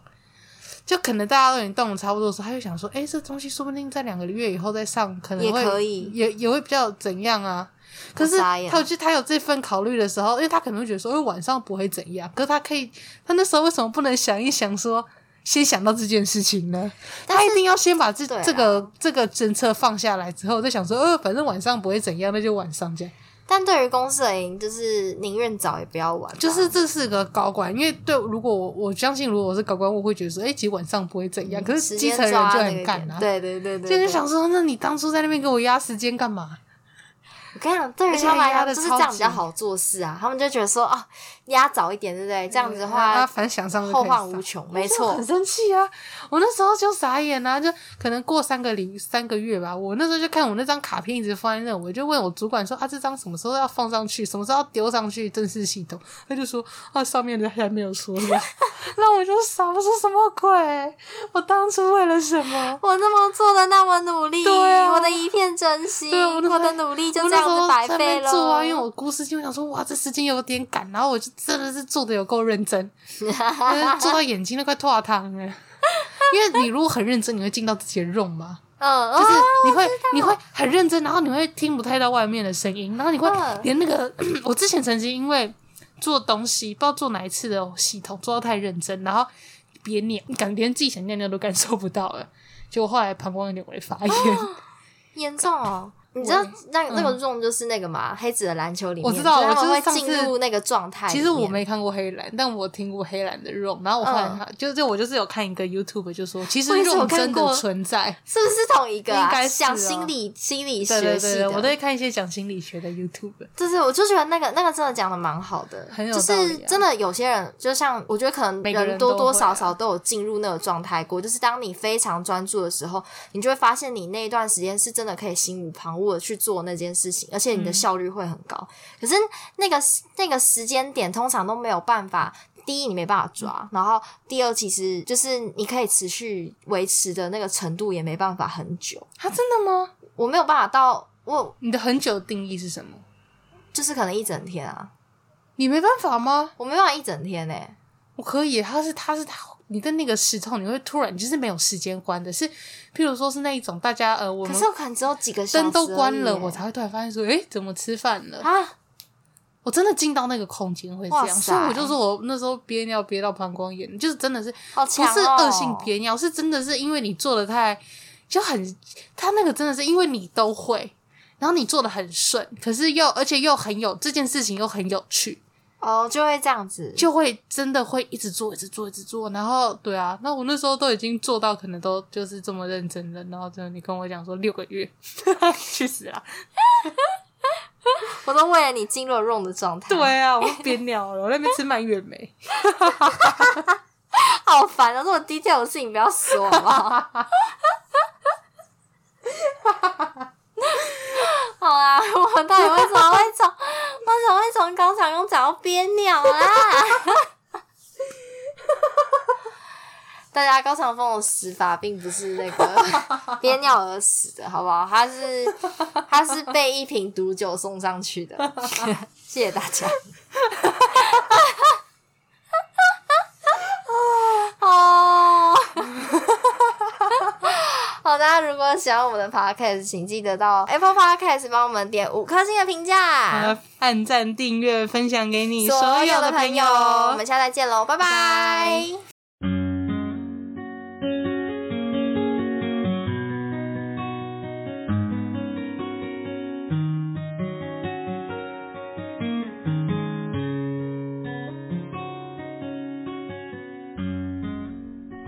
[SPEAKER 3] 就可能大家都已经动的差不多的时候，他就想说，哎、这东西说不定在两个月以后再上，可能
[SPEAKER 1] 也
[SPEAKER 3] 会
[SPEAKER 1] 可以
[SPEAKER 3] 也也会比较怎样啊？可是
[SPEAKER 1] 我傻眼
[SPEAKER 3] 他有就他有这份考虑的时候，因为他可能会觉得说，哎，晚上不会怎样。可是他可以，他那时候为什么不能想一想说，先想到这件事情呢？
[SPEAKER 1] 但
[SPEAKER 3] 他
[SPEAKER 1] 是
[SPEAKER 3] 一定要先把这
[SPEAKER 1] 对啊
[SPEAKER 3] 这个这个政策放下来之后，再想说，呃，反正晚上不会怎样，那就晚上这样。
[SPEAKER 1] 但对于公司而言，就是宁愿早也不要晚吧，
[SPEAKER 3] 就是这是个高管，因为对，如果我我相信，如果我是高管，我会觉得说，哎、其实晚上不会怎样。可是
[SPEAKER 1] 嗯时
[SPEAKER 3] 基
[SPEAKER 1] 间
[SPEAKER 3] 层人
[SPEAKER 1] 抓
[SPEAKER 3] 就
[SPEAKER 1] 那
[SPEAKER 3] 很
[SPEAKER 1] 个
[SPEAKER 3] 干
[SPEAKER 1] 点
[SPEAKER 3] 啊，，
[SPEAKER 1] 对对对对，
[SPEAKER 3] 就是
[SPEAKER 1] 对
[SPEAKER 3] 想说，那你当初在那边给我压时间干嘛？
[SPEAKER 1] 我跟你讲，对
[SPEAKER 3] 而
[SPEAKER 1] 于
[SPEAKER 3] 且
[SPEAKER 1] 他们
[SPEAKER 3] 还压
[SPEAKER 1] 来
[SPEAKER 3] 得
[SPEAKER 1] 讲就是
[SPEAKER 3] 超
[SPEAKER 1] 这样
[SPEAKER 3] 级
[SPEAKER 1] 比较好做事啊，他们就觉得说啊，压早一点，对不对？这样子的
[SPEAKER 3] 啊
[SPEAKER 1] 话，
[SPEAKER 3] 反正想上就可
[SPEAKER 1] 后
[SPEAKER 3] 以
[SPEAKER 1] 患
[SPEAKER 3] 上
[SPEAKER 1] 无穷，没
[SPEAKER 3] 就
[SPEAKER 1] 错
[SPEAKER 3] 很。生气啊！我那时候就傻眼啊，就可能过三个零三个月吧，我那时候就看我那张卡片一直放在那，我就问我主管说啊，这张什么时候要放上去，什么时候要丢上去正式系统？他就说啊，上面的还没有 说呀。那我就傻，我说什么鬼？我当初为了什么？
[SPEAKER 1] 我那么做的那么努力，
[SPEAKER 3] 对啊
[SPEAKER 1] 我的一片真心，
[SPEAKER 3] 对啊我那时候
[SPEAKER 1] 的努力就
[SPEAKER 3] 我
[SPEAKER 1] 这
[SPEAKER 3] 那时
[SPEAKER 1] 样
[SPEAKER 3] 候
[SPEAKER 1] 子白
[SPEAKER 3] 在那
[SPEAKER 1] 费
[SPEAKER 3] 边
[SPEAKER 1] 了。
[SPEAKER 3] 做啊，因为我估事情，我想说，哇，这时间有点赶，然后我就真的是做的有够认 真，就是做到眼睛都快脱汤了。因为你如果很认真，你会进到自己的 room 嘛，
[SPEAKER 1] 嗯，
[SPEAKER 3] 就是
[SPEAKER 1] 哦
[SPEAKER 3] 你会、你会很认真，然后你会听不太到外面的声音，然后你会
[SPEAKER 1] 嗯
[SPEAKER 3] 连那个我之前曾经因为做东西，不知道做哪一次的系统做到太认真，然后别尿，你感连自己想尿尿都感受不到了，结果后来膀胱有点微发炎。
[SPEAKER 1] 严重哦。你知道
[SPEAKER 3] 我
[SPEAKER 1] 那那个
[SPEAKER 3] 嗯
[SPEAKER 1] room 就是那个嘛，黑子的篮球里面，
[SPEAKER 3] 我知道
[SPEAKER 1] 就是他
[SPEAKER 3] 我
[SPEAKER 1] 们
[SPEAKER 3] 就是
[SPEAKER 1] 会
[SPEAKER 3] 上次
[SPEAKER 1] 进入那个状态里面。
[SPEAKER 3] 其实我没看过黑兰，但我听过黑兰的 Room，然后我后来
[SPEAKER 1] 嗯
[SPEAKER 3] 看，就就我就是有看一个 YouTube，就说其实
[SPEAKER 1] 我也是有
[SPEAKER 3] Room
[SPEAKER 1] 看
[SPEAKER 3] 真的
[SPEAKER 1] 过
[SPEAKER 3] 存在。
[SPEAKER 1] 是不是同一个啊？
[SPEAKER 3] 应该是
[SPEAKER 1] 讲
[SPEAKER 3] 哦
[SPEAKER 1] 心理心理
[SPEAKER 3] 对
[SPEAKER 1] 学
[SPEAKER 3] 对
[SPEAKER 1] 系
[SPEAKER 3] 对
[SPEAKER 1] 的，
[SPEAKER 3] 对，我都会看一些讲心理学的 YouTube。
[SPEAKER 1] 就是，我就觉得那个那个真的讲的蛮好的，
[SPEAKER 3] 很有
[SPEAKER 1] 就
[SPEAKER 3] 道理
[SPEAKER 1] 是
[SPEAKER 3] 啊
[SPEAKER 1] 真的有些人，就像我觉得可能
[SPEAKER 3] 每个人都
[SPEAKER 1] 多多
[SPEAKER 3] 会啊
[SPEAKER 1] 少少都有进入那个状态过，就是当你非常专注的时候，你就会发现你那一段时间是真的可以心无旁骛的去做那件事情，而且你的效率会很高。
[SPEAKER 3] 嗯
[SPEAKER 1] 可是那个那个时间点通常都没有办法。第一，你没办法抓；然后第二，其实就是你可以持续维持的那个程度也没办法很久。
[SPEAKER 3] 啊，真的吗？
[SPEAKER 1] 我没有办法到我
[SPEAKER 3] 你的很久定义是什么？
[SPEAKER 1] 就是可能一整天啊，
[SPEAKER 3] 你没办法吗？
[SPEAKER 1] 我没办法一整天呢、欸
[SPEAKER 3] 我可以，他是他是他，你的那个时痛，你会突然就是没有时间关的，是譬如说是那一种大家呃，我
[SPEAKER 1] 可
[SPEAKER 3] 们
[SPEAKER 1] 是我可能只有几个小时而已
[SPEAKER 3] 灯
[SPEAKER 1] 耶，
[SPEAKER 3] 都关了，我才会突然发现说，诶，怎么吃饭了？
[SPEAKER 1] 啊，
[SPEAKER 3] 我真的进到那个空间会这
[SPEAKER 1] 哇
[SPEAKER 3] 样，
[SPEAKER 1] 塞
[SPEAKER 3] 所以我就说我那时候憋尿憋到膀胱炎，就是真的是
[SPEAKER 1] 好
[SPEAKER 3] 不
[SPEAKER 1] 强哦
[SPEAKER 3] 是恶性憋尿，是真的是因为你做的太就很，他那个真的是因为你都会，然后你做的很顺，可是又而且又很有这件事情又很有趣，
[SPEAKER 1] 哦，就会这样子，
[SPEAKER 3] 就会真的会一直做，一直做，一直做。然后对啊，那我那时候都已经做到，可能都就是这么认真了。然后真的，你跟我讲说六个月， 去死啊！
[SPEAKER 1] 我都为了你进入了 wrong 的状态，，
[SPEAKER 3] 对啊，我憋尿了，我在那边吃蔓越莓。
[SPEAKER 1] 好烦啊！这种 detail 的事情不要说哦好不 好？好啦，我们到底为什么会从为什么会从高场用讲到憋尿啦？大家高长风的死法并不是那个憋尿而死的，好不好？他是他是被一瓶毒酒送上去的，谢谢大家。哦，好，大家如果喜欢我们的 podcast，请记得到 Apple Podcast 帮我们点五颗星的评价。
[SPEAKER 3] 啊，按赞、订阅、分享给你
[SPEAKER 1] 所
[SPEAKER 3] 有
[SPEAKER 1] 有的
[SPEAKER 3] 的
[SPEAKER 1] 朋
[SPEAKER 3] 友
[SPEAKER 1] 友，我们下次再见喽，拜
[SPEAKER 3] 拜
[SPEAKER 1] 拜